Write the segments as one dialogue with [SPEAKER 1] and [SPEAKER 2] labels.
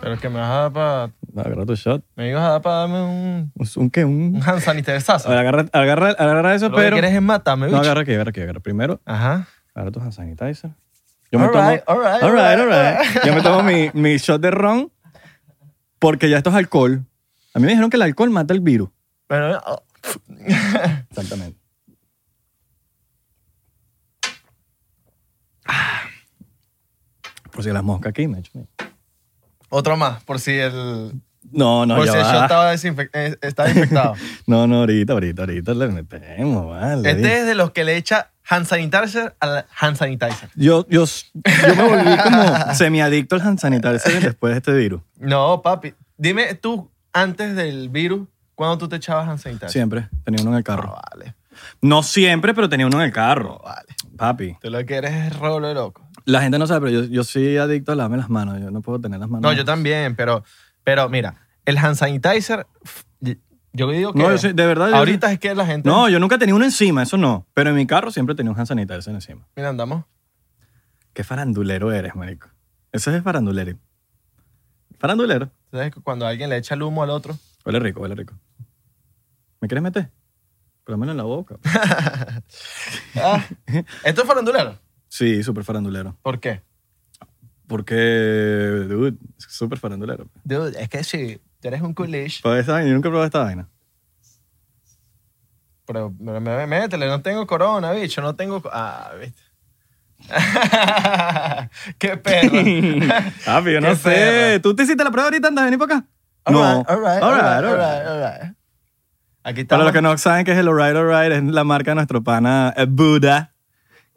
[SPEAKER 1] Pero es que me vas a dar para.
[SPEAKER 2] Agarra tu shot.
[SPEAKER 1] Me ibas a dar para darme un,
[SPEAKER 2] ¿Un, un qué? Un...
[SPEAKER 1] un hand sanitizer.
[SPEAKER 2] Agarra, agarra, agarra eso,
[SPEAKER 1] Lo que
[SPEAKER 2] Ah, pero...
[SPEAKER 1] quieres es matarme,
[SPEAKER 2] No,
[SPEAKER 1] bicho.
[SPEAKER 2] agarra aquí, agarra aquí, agarra. Primero,
[SPEAKER 1] Ajá.
[SPEAKER 2] agarra tu hand sanitizer. Yo me
[SPEAKER 1] All
[SPEAKER 2] tomo...
[SPEAKER 1] right, all right,
[SPEAKER 2] all right,
[SPEAKER 1] all
[SPEAKER 2] all
[SPEAKER 1] right.
[SPEAKER 2] right. Yo me tomo mi, mi shot de ron porque ya esto es alcohol. A mí me dijeron que el alcohol mata el virus.
[SPEAKER 1] Pero. oh,
[SPEAKER 2] Exactamente. Ah. Por si las moscas aquí me echo.
[SPEAKER 1] Otro más, por si el.
[SPEAKER 2] No, no,
[SPEAKER 1] por
[SPEAKER 2] ya
[SPEAKER 1] si el
[SPEAKER 2] va.
[SPEAKER 1] shot estaba, desinfec- eh, estaba infectado.
[SPEAKER 2] No, no, ahorita, ahorita, ahorita le metemos, vale.
[SPEAKER 1] este es de los que le echa hand sanitizer al hand sanitizer.
[SPEAKER 2] Yo, yo, yo me volví como semiadicto al hand sanitizer después de este virus.
[SPEAKER 1] No, papi. Dime tú, antes del virus, ¿cuándo tú te echabas hand sanitizer?
[SPEAKER 2] Siempre tenía uno en el
[SPEAKER 1] No,
[SPEAKER 2] carro.
[SPEAKER 1] vale.
[SPEAKER 2] No siempre, pero tenía uno en el
[SPEAKER 1] No,
[SPEAKER 2] carro.
[SPEAKER 1] Ah. Oh, vale.
[SPEAKER 2] Papi,
[SPEAKER 1] Tú lo que eres es rolo loco.
[SPEAKER 2] la gente no sabe, pero yo, yo soy adicto a lavarme las manos. Yo no puedo tener las manos.
[SPEAKER 1] No, yo también, pero, pero mira, el hand sanitizer, f- y- yo digo que
[SPEAKER 2] No, yo sí, de verdad. yo
[SPEAKER 1] ahorita es que la gente...
[SPEAKER 2] No, yo nunca tenía uno encima, eso no. Pero en mi carro siempre tenía un hand sanitizer encima.
[SPEAKER 1] Mira, andamos.
[SPEAKER 2] Qué farandulero eres, marico. Eso es farandulero. Farandulero.
[SPEAKER 1] ¿Sabes? que Cuando alguien le echa el humo al otro.
[SPEAKER 2] Huele rico, huele rico. ¿Me quieres meter? Póngamelo en la boca.
[SPEAKER 1] Ah, Esto es farandulero.
[SPEAKER 2] Sí, súper farandulero.
[SPEAKER 1] ¿Por qué?
[SPEAKER 2] Porque, dude, es súper farandulero.
[SPEAKER 1] Dude, es que si tú eres un coolish,
[SPEAKER 2] Pues esta vaina, yo nunca he probado esta vaina.
[SPEAKER 1] pero me, me- métele, no tengo corona, bicho, no tengo... co- Ah, viste. ¡Qué perro!
[SPEAKER 2] Papi, yo no
[SPEAKER 1] Qué
[SPEAKER 2] sé.
[SPEAKER 1] perra.
[SPEAKER 2] ¿Tú te hiciste la prueba ahorita antes de venir para acá?
[SPEAKER 1] All
[SPEAKER 2] no.
[SPEAKER 1] right, all right, all right, all right,
[SPEAKER 2] right.
[SPEAKER 1] all right. Aquí está.
[SPEAKER 2] Para los que no saben qué es el Alright Alright, es la marca de nuestro pana eh, Buda,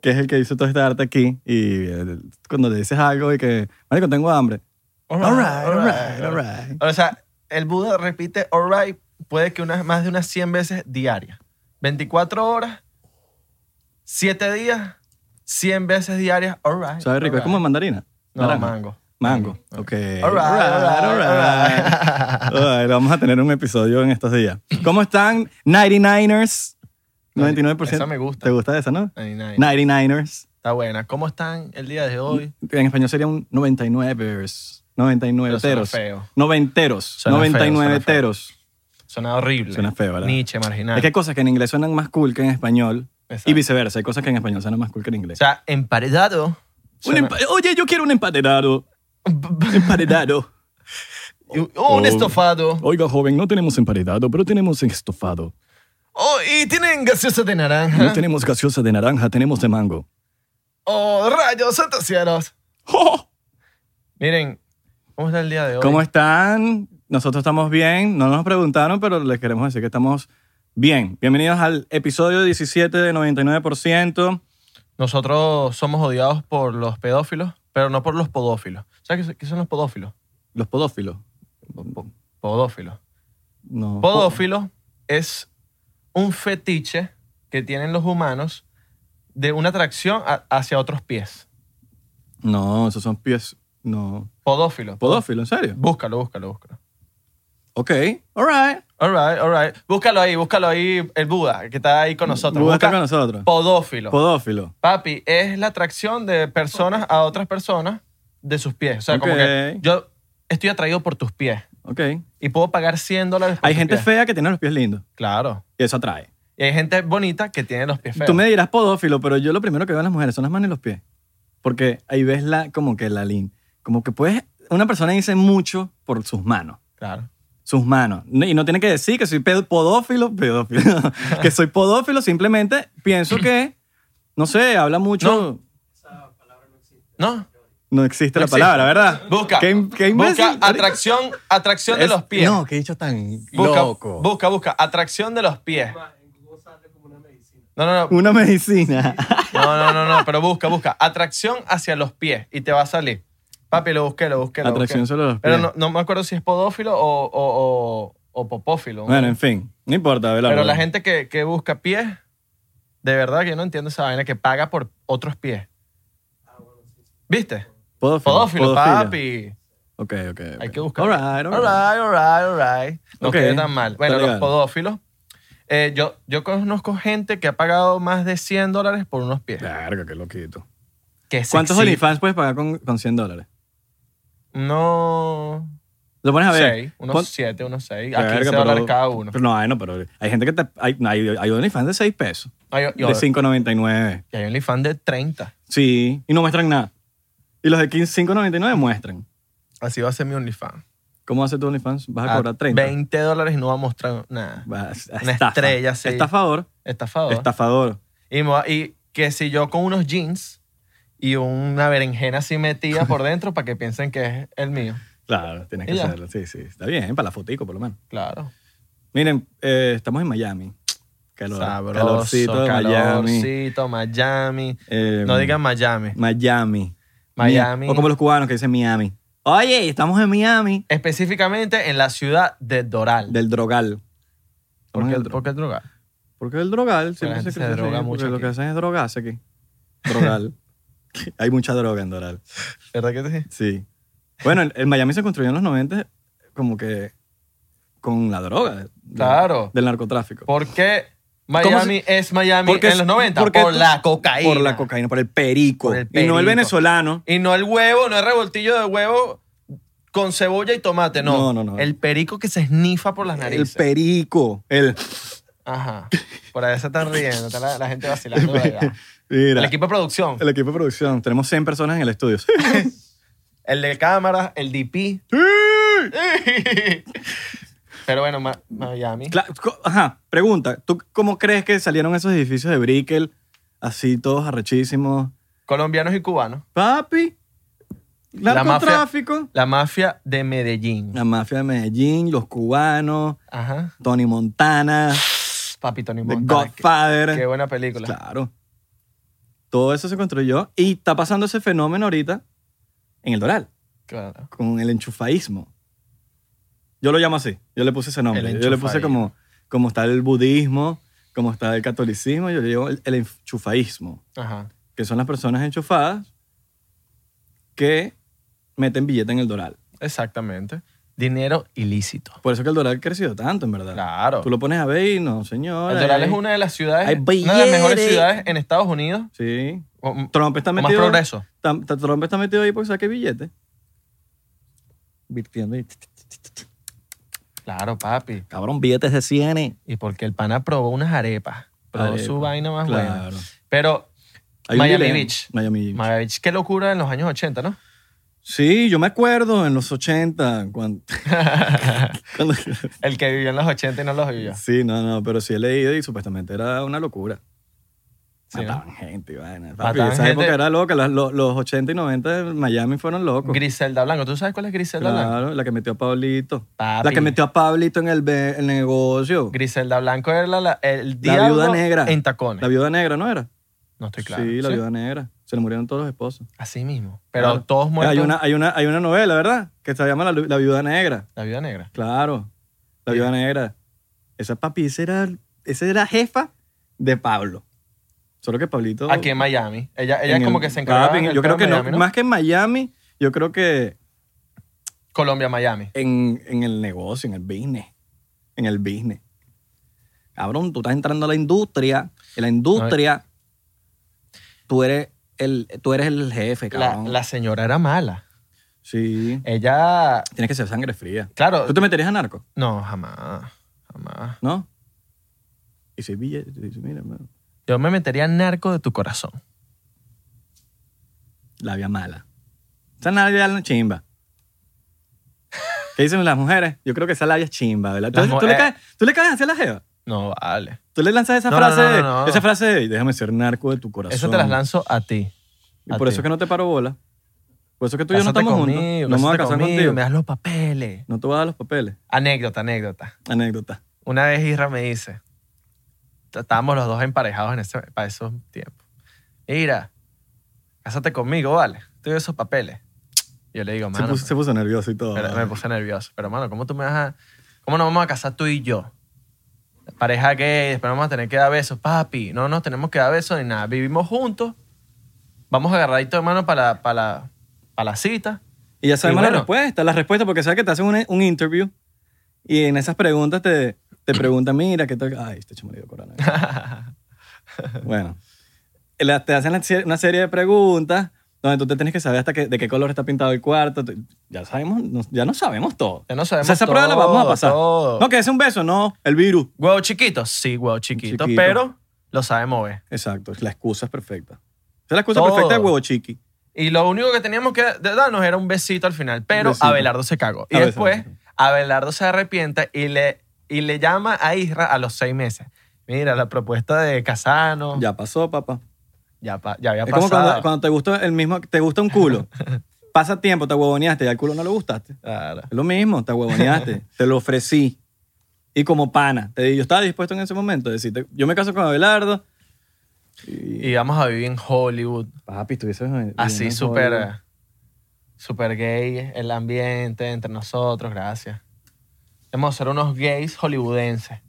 [SPEAKER 2] que es el que hizo todo este arte aquí. Y eh, cuando le dices algo y que, marico, tengo hambre.
[SPEAKER 1] All
[SPEAKER 2] All right, all right, all right.
[SPEAKER 1] O sea, el Buda repite all right puede que unas más de unas 100 veces diarias. 24 horas, 7 días, 100 veces diarias, all right.
[SPEAKER 2] Sabe rico,
[SPEAKER 1] all
[SPEAKER 2] es como
[SPEAKER 1] right.
[SPEAKER 2] mandarina.
[SPEAKER 1] No,
[SPEAKER 2] naranja.
[SPEAKER 1] mango.
[SPEAKER 2] Mango, ok.
[SPEAKER 1] All right, all right, all right.
[SPEAKER 2] All right, Vamos a tener un episodio en estos días. ¿Cómo están 99ers? 99%.
[SPEAKER 1] Esa me gusta.
[SPEAKER 2] ¿Te gusta esa, no?
[SPEAKER 1] Ay, nai.
[SPEAKER 2] 99ers.
[SPEAKER 1] Está buena. ¿Cómo están el día de hoy?
[SPEAKER 2] En español sería un 99ers. 99
[SPEAKER 1] Pero suena
[SPEAKER 2] teros.
[SPEAKER 1] feo.
[SPEAKER 2] Noventeros.
[SPEAKER 1] Suena feo,
[SPEAKER 2] 99
[SPEAKER 1] suena feo. Ah.
[SPEAKER 2] teros.
[SPEAKER 1] Suena horrible.
[SPEAKER 2] Suena feo, ¿verdad?
[SPEAKER 1] Nietzsche, marginal.
[SPEAKER 2] Es que hay cosas que en inglés suenan más cool que en español.
[SPEAKER 1] Exacto.
[SPEAKER 2] Y viceversa. Hay cosas que en español suenan más cool que en
[SPEAKER 1] o
[SPEAKER 2] inglés.
[SPEAKER 1] sea, emparedado.
[SPEAKER 2] Un
[SPEAKER 1] suena-
[SPEAKER 2] empa- Oye, yo quiero un emparedado. Emparedado.
[SPEAKER 1] un un
[SPEAKER 2] Oh.
[SPEAKER 1] estofado.
[SPEAKER 2] Oiga, joven, no tenemos emparedado, pero tenemos estofado.
[SPEAKER 1] Oh, y tienen gaseosa de
[SPEAKER 2] No
[SPEAKER 1] naranja.
[SPEAKER 2] tenemos gaseosa de naranja, tenemos de mango.
[SPEAKER 1] Oh, rayos, santos cielos. Miren, ¿cómo está el día de hoy?
[SPEAKER 2] ¿Cómo están? Nosotros estamos bien. No nos preguntaron, pero les queremos decir que estamos bien. Bienvenidos al episodio 17 de 99%.
[SPEAKER 1] Nosotros somos odiados por los pedófilos, pero no por los podófilos. ¿Sabes qué, qué son los podófilos?
[SPEAKER 2] Los podófilos.
[SPEAKER 1] Podófilos.
[SPEAKER 2] No.
[SPEAKER 1] Podófilo es un fetiche que tienen los humanos de una atracción a- hacia otros pies.
[SPEAKER 2] No, esos son pies. No.
[SPEAKER 1] Podófilo.
[SPEAKER 2] Podófilo, ¿en serio?
[SPEAKER 1] Búscalo, búscalo, búscalo.
[SPEAKER 2] Ok. All right.
[SPEAKER 1] All right, all right. Búscalo ahí, búscalo ahí, el Buda, que está ahí con nosotros.
[SPEAKER 2] Buda
[SPEAKER 1] Busca
[SPEAKER 2] está con nosotros.
[SPEAKER 1] Podófilo.
[SPEAKER 2] Podófilo.
[SPEAKER 1] Papi, es la atracción de personas a otras personas de sus pies. O sea, como
[SPEAKER 2] Ok.
[SPEAKER 1] que yo estoy atraído por tus pies
[SPEAKER 2] Ok.
[SPEAKER 1] y puedo pagar 100 dólares por
[SPEAKER 2] Hay
[SPEAKER 1] tus
[SPEAKER 2] gente
[SPEAKER 1] pies.
[SPEAKER 2] fea que tiene los pies lindos.
[SPEAKER 1] Claro.
[SPEAKER 2] Y eso atrae.
[SPEAKER 1] Y hay gente bonita que tiene los pies feos.
[SPEAKER 2] Tú me dirás podófilo, pero yo lo primero que veo en las mujeres son las manos y los pies. Porque ahí ves la, como que la lin. Como que puedes. Una persona dice mucho por sus manos.
[SPEAKER 1] Claro.
[SPEAKER 2] Sus manos. No- Y no tiene que decir que soy pedo- podófilo, pedófilo. que soy podófilo, simplemente pienso que. No sé, habla mucho.
[SPEAKER 1] ¿No?
[SPEAKER 2] No, existe
[SPEAKER 1] No
[SPEAKER 2] la
[SPEAKER 1] existe.
[SPEAKER 2] palabra, ¿verdad?
[SPEAKER 1] Busca.
[SPEAKER 2] Qué, im- qué imbécil.
[SPEAKER 1] busca atracción, atracción de
[SPEAKER 2] Es-
[SPEAKER 1] los pies.
[SPEAKER 2] No, qué dicho tan
[SPEAKER 1] busca,
[SPEAKER 2] loco.
[SPEAKER 1] busca, busca. Atracción de los pies. No, no, no.
[SPEAKER 2] Una medicina.
[SPEAKER 1] No, no, no, no. Pero busca, busca. Atracción hacia los pies y te va a salir. Papi, lo busqué, lo busqué. Lo
[SPEAKER 2] Atracción
[SPEAKER 1] busqué.
[SPEAKER 2] solo de los pies.
[SPEAKER 1] Pero no, no me acuerdo si es podófilo o, o, o- o popófilo.
[SPEAKER 2] Bueno, en fin. No importa, Abelardo.
[SPEAKER 1] Pero la gente que, que busca pies, de verdad que yo no entiendo esa vaina que paga por otros pies. ¿Viste?
[SPEAKER 2] Podófilo,
[SPEAKER 1] Podófilo,
[SPEAKER 2] podofilia.
[SPEAKER 1] papi.
[SPEAKER 2] Ok, ok. ok.
[SPEAKER 1] Hay que buscar.
[SPEAKER 2] All right, all
[SPEAKER 1] All
[SPEAKER 2] right.
[SPEAKER 1] right, all right, all right. No
[SPEAKER 2] Ok,
[SPEAKER 1] quedé tan mal. Bueno,
[SPEAKER 2] está
[SPEAKER 1] los
[SPEAKER 2] legal.
[SPEAKER 1] podófilos. eh, yo, yo conozco gente que ha pagado más de 100 dólares por unos pies.
[SPEAKER 2] Verga, qué loquito.
[SPEAKER 1] Qué sexy.
[SPEAKER 2] ¿Cuántos OnlyFans puedes pagar con, con 100 dólares?
[SPEAKER 1] No.
[SPEAKER 2] Lo pones a ver.
[SPEAKER 1] Seis,
[SPEAKER 2] Pon-
[SPEAKER 1] unos 7, unos 6, a
[SPEAKER 2] Verga,
[SPEAKER 1] 15
[SPEAKER 2] pero-
[SPEAKER 1] dólares cada uno.
[SPEAKER 2] Pero no, ay, no, pero hay gente que te. Hay, hay, hay OnlyFans de 6 pesos.
[SPEAKER 1] Hay, y,
[SPEAKER 2] De 5.99.
[SPEAKER 1] y hay OnlyFans de 30.
[SPEAKER 2] Sí. Y no muestran nada. Y los de 15 5.99 muestran.
[SPEAKER 1] Así va a ser mi OnlyFans.
[SPEAKER 2] ¿Cómo hace tu OnlyFans? Vas a cobrar 30.
[SPEAKER 1] 20 dólares y no va a mostrar nada.
[SPEAKER 2] Vas-
[SPEAKER 1] Ah, Una estrella, sí.
[SPEAKER 2] Estafador.
[SPEAKER 1] Estafado. ¿eh?
[SPEAKER 2] Estafador.
[SPEAKER 1] Y, me va- y que si yo con unos jeans y una berenjena así metida por dentro para que piensen que es el mío.
[SPEAKER 2] Claro, tienes que
[SPEAKER 1] Y ya.
[SPEAKER 2] hacerlo. Sí, sí. Está bien, para la fotico, por lo menos.
[SPEAKER 1] Claro.
[SPEAKER 2] Miren, eh, estamos en Miami. Calor,
[SPEAKER 1] Sabroso,
[SPEAKER 2] calorcito de Miami.
[SPEAKER 1] calorcito, Miami.
[SPEAKER 2] Eh,
[SPEAKER 1] No digan Miami.
[SPEAKER 2] Miami.
[SPEAKER 1] Miami.
[SPEAKER 2] O como los cubanos que dicen Miami. Oye, estamos en Miami.
[SPEAKER 1] Específicamente en la ciudad de Doral.
[SPEAKER 2] Del drogal.
[SPEAKER 1] ¿Por
[SPEAKER 2] Estamos en
[SPEAKER 1] qué,
[SPEAKER 2] el dro-
[SPEAKER 1] ¿Por qué drogar?
[SPEAKER 2] Porque el drogal
[SPEAKER 1] la
[SPEAKER 2] siempre
[SPEAKER 1] gente
[SPEAKER 2] se,
[SPEAKER 1] se
[SPEAKER 2] cree-
[SPEAKER 1] droga
[SPEAKER 2] porque
[SPEAKER 1] mucho
[SPEAKER 2] Lo
[SPEAKER 1] aquí.
[SPEAKER 2] que hacen es drogarse aquí. Drogal. Hay mucha droga en Doral.
[SPEAKER 1] ¿Verdad que te sí?
[SPEAKER 2] Sí. Bueno, el, el Miami se construyó en los 90 como que con la droga. de-
[SPEAKER 1] Claro.
[SPEAKER 2] Del narcotráfico.
[SPEAKER 1] ¿Por qué
[SPEAKER 2] se-
[SPEAKER 1] Miami es Miami en los 90? Por,
[SPEAKER 2] porque tú-
[SPEAKER 1] la cocaína.
[SPEAKER 2] Por la cocaína, por el perico.
[SPEAKER 1] Por el
[SPEAKER 2] Y no
[SPEAKER 1] perico.
[SPEAKER 2] el venezolano.
[SPEAKER 1] Y no el huevo, no el revoltillo de huevo con cebolla y tomate, no.
[SPEAKER 2] No, no, no.
[SPEAKER 1] El perico que se esnifa por las
[SPEAKER 2] El
[SPEAKER 1] narices.
[SPEAKER 2] perico. El,
[SPEAKER 1] Ajá. Por ahí se están riendo, está la, la gente vacilando. por allá.
[SPEAKER 2] Mira,
[SPEAKER 1] El equipo de producción,
[SPEAKER 2] el equipo de producción. Tenemos 100 personas en el estudio. Sí.
[SPEAKER 1] el de cámaras, el DP. Pero bueno, Ma- Miami.
[SPEAKER 2] Cla- co- Ajá, pregunta. ¿Tú cómo crees que salieron esos edificios de Brickell así todos arrechísimos?
[SPEAKER 1] Colombianos y cubanos.
[SPEAKER 2] Papi,
[SPEAKER 1] La mafia-
[SPEAKER 2] narcotráfico.
[SPEAKER 1] La mafia de Medellín.
[SPEAKER 2] La mafia de Medellín, los cubanos,
[SPEAKER 1] Ajá.
[SPEAKER 2] Tony Montana,
[SPEAKER 1] Papi Tony
[SPEAKER 2] The
[SPEAKER 1] Montana. Qué,
[SPEAKER 2] Godfather.
[SPEAKER 1] qué buena película.
[SPEAKER 2] Claro. Todo eso se construyó y está pasando ese fenómeno ahorita en el Doral,
[SPEAKER 1] Claro.
[SPEAKER 2] con el enchufaísmo. Yo lo llamo así, yo le puse ese nombre.
[SPEAKER 1] El
[SPEAKER 2] Yo le puse como, como está el budismo, como está el catolicismo, yo le digo el, el enchufaísmo,
[SPEAKER 1] Ajá.
[SPEAKER 2] que son las personas enchufadas que meten billete en el Doral.
[SPEAKER 1] Exactamente. Dinero ilícito.
[SPEAKER 2] Por eso que el Doral creció tanto, en verdad.
[SPEAKER 1] Claro.
[SPEAKER 2] Tú lo pones a ver y no, eh, señor.
[SPEAKER 1] El Doral
[SPEAKER 2] ahí-
[SPEAKER 1] es una de las ciudades,
[SPEAKER 2] Hay
[SPEAKER 1] una de las mejores
[SPEAKER 2] billete.
[SPEAKER 1] ciudades en Estados Unidos.
[SPEAKER 2] Sí.
[SPEAKER 1] O- o
[SPEAKER 2] Trump está
[SPEAKER 1] más
[SPEAKER 2] metido.
[SPEAKER 1] progreso.
[SPEAKER 2] tam- ta- Trump está metido ahí porque saque billete. Virtiendo y...
[SPEAKER 1] Claro, papi.
[SPEAKER 2] Cabrón, billetes de 100.
[SPEAKER 1] Y porque el pana probó unas arepas. Probó
[SPEAKER 2] Arepa,
[SPEAKER 1] su vaina más buena.
[SPEAKER 2] Claro.
[SPEAKER 1] Pero
[SPEAKER 2] Hay un
[SPEAKER 1] Miami
[SPEAKER 2] dilema.
[SPEAKER 1] Beach.
[SPEAKER 2] Miami Beach.
[SPEAKER 1] Miami Beach, qué locura en los años 80, ¿no?
[SPEAKER 2] Sí, yo me acuerdo en los 80. Cuando, cuando-
[SPEAKER 1] el que vivió en los 80 y no los vivió.
[SPEAKER 2] sí, no, no, pero sí he leído y supuestamente era una locura.
[SPEAKER 1] Sí, ¿no?
[SPEAKER 2] Mataban gente, y vaina. Papi,
[SPEAKER 1] Mataban
[SPEAKER 2] esa época
[SPEAKER 1] gente.
[SPEAKER 2] era loca. Las- lo- los 80 y 90 de Miami fueron locos.
[SPEAKER 1] Griselda Blanco. ¿Tú sabes cuál es Griselda Blanco?
[SPEAKER 2] Claro, la que metió a Pablito.
[SPEAKER 1] Papi.
[SPEAKER 2] La que metió a Pablito en el, be- el negocio.
[SPEAKER 1] Griselda Blanco era la, la- el
[SPEAKER 2] La
[SPEAKER 1] diablo
[SPEAKER 2] viuda negra.
[SPEAKER 1] en tacones.
[SPEAKER 2] La viuda negra, ¿no era?
[SPEAKER 1] no estoy claro.
[SPEAKER 2] Sí, la viuda negra. Se le murieron todos los esposos.
[SPEAKER 1] Así mismo. Pero
[SPEAKER 2] Claro.
[SPEAKER 1] todos muertos.
[SPEAKER 2] Hay una, hay, una, hay una novela, ¿verdad? Que se llama la, Lu- La viuda negra.
[SPEAKER 1] La viuda negra.
[SPEAKER 2] Claro. La viuda negra. Esa papi, esa era, esa era jefa de Pablo. Solo que Pablito...
[SPEAKER 1] Aquí en Miami. Ella, ella
[SPEAKER 2] en
[SPEAKER 1] como
[SPEAKER 2] el-
[SPEAKER 1] que se encargaba.
[SPEAKER 2] Papi,
[SPEAKER 1] del
[SPEAKER 2] yo
[SPEAKER 1] pedo
[SPEAKER 2] creo que
[SPEAKER 1] en
[SPEAKER 2] no-
[SPEAKER 1] Miami, ¿no?
[SPEAKER 2] más que en Miami, yo creo que
[SPEAKER 1] Colombia, Miami.
[SPEAKER 2] en, en el negocio, en el business. En el business. Cabrón, tú estás entrando a la industria. En la industria, tú eres el, tú eres el jefe,
[SPEAKER 1] La,
[SPEAKER 2] cabrón.
[SPEAKER 1] la señora era mala.
[SPEAKER 2] Sí.
[SPEAKER 1] Ella,
[SPEAKER 2] Tienes que ser sangre fría.
[SPEAKER 1] claro.
[SPEAKER 2] ¿Tú te meterías a narco?
[SPEAKER 1] No, jamás. Jamás.
[SPEAKER 2] ¿No? Y si billete, y si- mira, mano,
[SPEAKER 1] Yo me metería narco de tu corazón.
[SPEAKER 2] labia mala. Esa labia es chimba. ¿Qué dicen las mujeres? Yo creo que esa labia es chimba, ¿verdad? ¿Tú,
[SPEAKER 1] Las eh,
[SPEAKER 2] tú le,
[SPEAKER 1] mujeres-
[SPEAKER 2] caes, ¿Tú le caes hacia la jeva?
[SPEAKER 1] No, vale.
[SPEAKER 2] ¿Tú le lanzas esa
[SPEAKER 1] No, no,
[SPEAKER 2] frase?
[SPEAKER 1] no, no, no.
[SPEAKER 2] Esa frase de, déjame ser narco de tu corazón.
[SPEAKER 1] Eso te las lanzo a ti.
[SPEAKER 2] Y
[SPEAKER 1] a
[SPEAKER 2] por
[SPEAKER 1] ti.
[SPEAKER 2] eso es que no te paro bola. Por eso es que tú y yo no
[SPEAKER 1] Cásate
[SPEAKER 2] estamos
[SPEAKER 1] conmigo,
[SPEAKER 2] juntos. No me voy
[SPEAKER 1] cásate
[SPEAKER 2] a casar
[SPEAKER 1] conmigo,
[SPEAKER 2] contigo.
[SPEAKER 1] Me das los papeles.
[SPEAKER 2] No te voy a dar los papeles.
[SPEAKER 1] Anécdota, anécdota.
[SPEAKER 2] Anécdota.
[SPEAKER 1] Una vez Isra me dice, t- estábamos los dos emparejados en ese, para esos tiempos. Mira, cásate conmigo, vale. Te doy esos papeles. Yo le digo,
[SPEAKER 2] se,
[SPEAKER 1] mano,
[SPEAKER 2] puso, se puso nervioso y todo.
[SPEAKER 1] pero- me puse nervioso. Pero, mano, ¿cómo tú me vas a... ¿Cómo nos vamos a casar tú y yo? Pareja gay, después vamos a tener que dar besos. Papi, no nos tenemos que dar besos ni nada. Vivimos juntos. Vamos agarradito de mano para la, para la, para la cita.
[SPEAKER 2] Y ya sabemos
[SPEAKER 1] Y bueno.
[SPEAKER 2] la respuesta, la respuesta, porque sabes que te hacen un, un interview y en esas preguntas te, te preguntan, mira, ¿qué tal? Ay, este chamo le dio coronavirus. bueno, La- te hacen la se- una serie de preguntas donde tú te tienes que saber hasta que, de qué color está pintado el cuarto. tú- Ya sabemos, no- ya no sabemos todo.
[SPEAKER 1] Ya no sabemos
[SPEAKER 2] O sea, esa prueba la vamos a
[SPEAKER 1] todo,
[SPEAKER 2] pasar.
[SPEAKER 1] todo.
[SPEAKER 2] No, que es un beso, no, el virus.
[SPEAKER 1] Huevo chiquito, sí, huevo chiquito,
[SPEAKER 2] Chiquito.
[SPEAKER 1] pero lo sabe mover.
[SPEAKER 2] Exacto, la excusa es perfecta. Esa es la excusa
[SPEAKER 1] Todo.
[SPEAKER 2] perfecta de huevo chiqui.
[SPEAKER 1] Y lo único que teníamos que de- darnos era un besito al final, pero
[SPEAKER 2] Besito.
[SPEAKER 1] Abelardo se cagó. Y
[SPEAKER 2] Abelardo.
[SPEAKER 1] después Abelardo se arrepienta y le, y le llama a Isra a los seis meses. Mira, la propuesta de Casano ya,
[SPEAKER 2] Ya pasó, papá.
[SPEAKER 1] pa- ya había
[SPEAKER 2] Es como
[SPEAKER 1] pasado.
[SPEAKER 2] cuando, cuando te gusta el mismo, te gusta un culo. Pasa tiempo, te huevoneaste y al culo no le gustaste.
[SPEAKER 1] Claro.
[SPEAKER 2] Es lo mismo, te huevoneaste, te lo ofrecí. Y como pana, te di- yo estaba dispuesto en ese momento a decirte, yo me caso con Abelardo. Y,
[SPEAKER 1] Y vamos a vivir en Hollywood,
[SPEAKER 2] papi, estuvieses en-
[SPEAKER 1] así
[SPEAKER 2] en-
[SPEAKER 1] súper super gay, el ambiente entre nosotros, gracias. Vamos a ser unos gays hollywoodenses,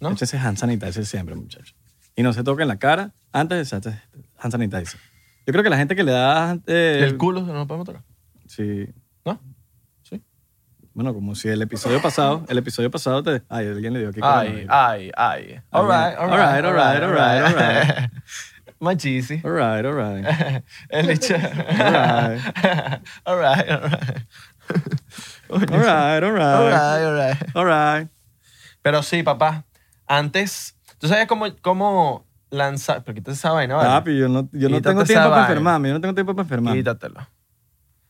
[SPEAKER 1] ¿no?
[SPEAKER 2] Échese hand sanitizer siempre, muchachos. Y no se toquen la cara antes de echarse hand sanitizer. Yo creo que la gente que le da... eh,
[SPEAKER 1] El culo no lo podemos tocar,
[SPEAKER 2] Sí.
[SPEAKER 1] ¿no? Sí.
[SPEAKER 2] Bueno, como si el episodio pasado, el episodio pasado te... Ay, alguien le dio aquí.
[SPEAKER 1] Ay, ah.
[SPEAKER 2] coronavirus.
[SPEAKER 1] ay, ay. All right, all right,
[SPEAKER 2] Alright, alright, alright, alright.
[SPEAKER 1] Much easy.
[SPEAKER 2] All right, all right.
[SPEAKER 1] El dicho. All
[SPEAKER 2] Alright.
[SPEAKER 1] right, all right.
[SPEAKER 2] All right, all
[SPEAKER 1] All
[SPEAKER 2] right.
[SPEAKER 1] right, all right.
[SPEAKER 2] All right.
[SPEAKER 1] Pero sí, papá. Antes, ¿tú sabes cómo, cómo lanzar? Pero quítate esa vaina, ¿vale?
[SPEAKER 2] Papi, yo no, yo no
[SPEAKER 1] Quítate
[SPEAKER 2] tengo
[SPEAKER 1] esa
[SPEAKER 2] tiempo para
[SPEAKER 1] vaina.
[SPEAKER 2] enfermarme. Yo no tengo tiempo para enfermarme.
[SPEAKER 1] Quítatelo.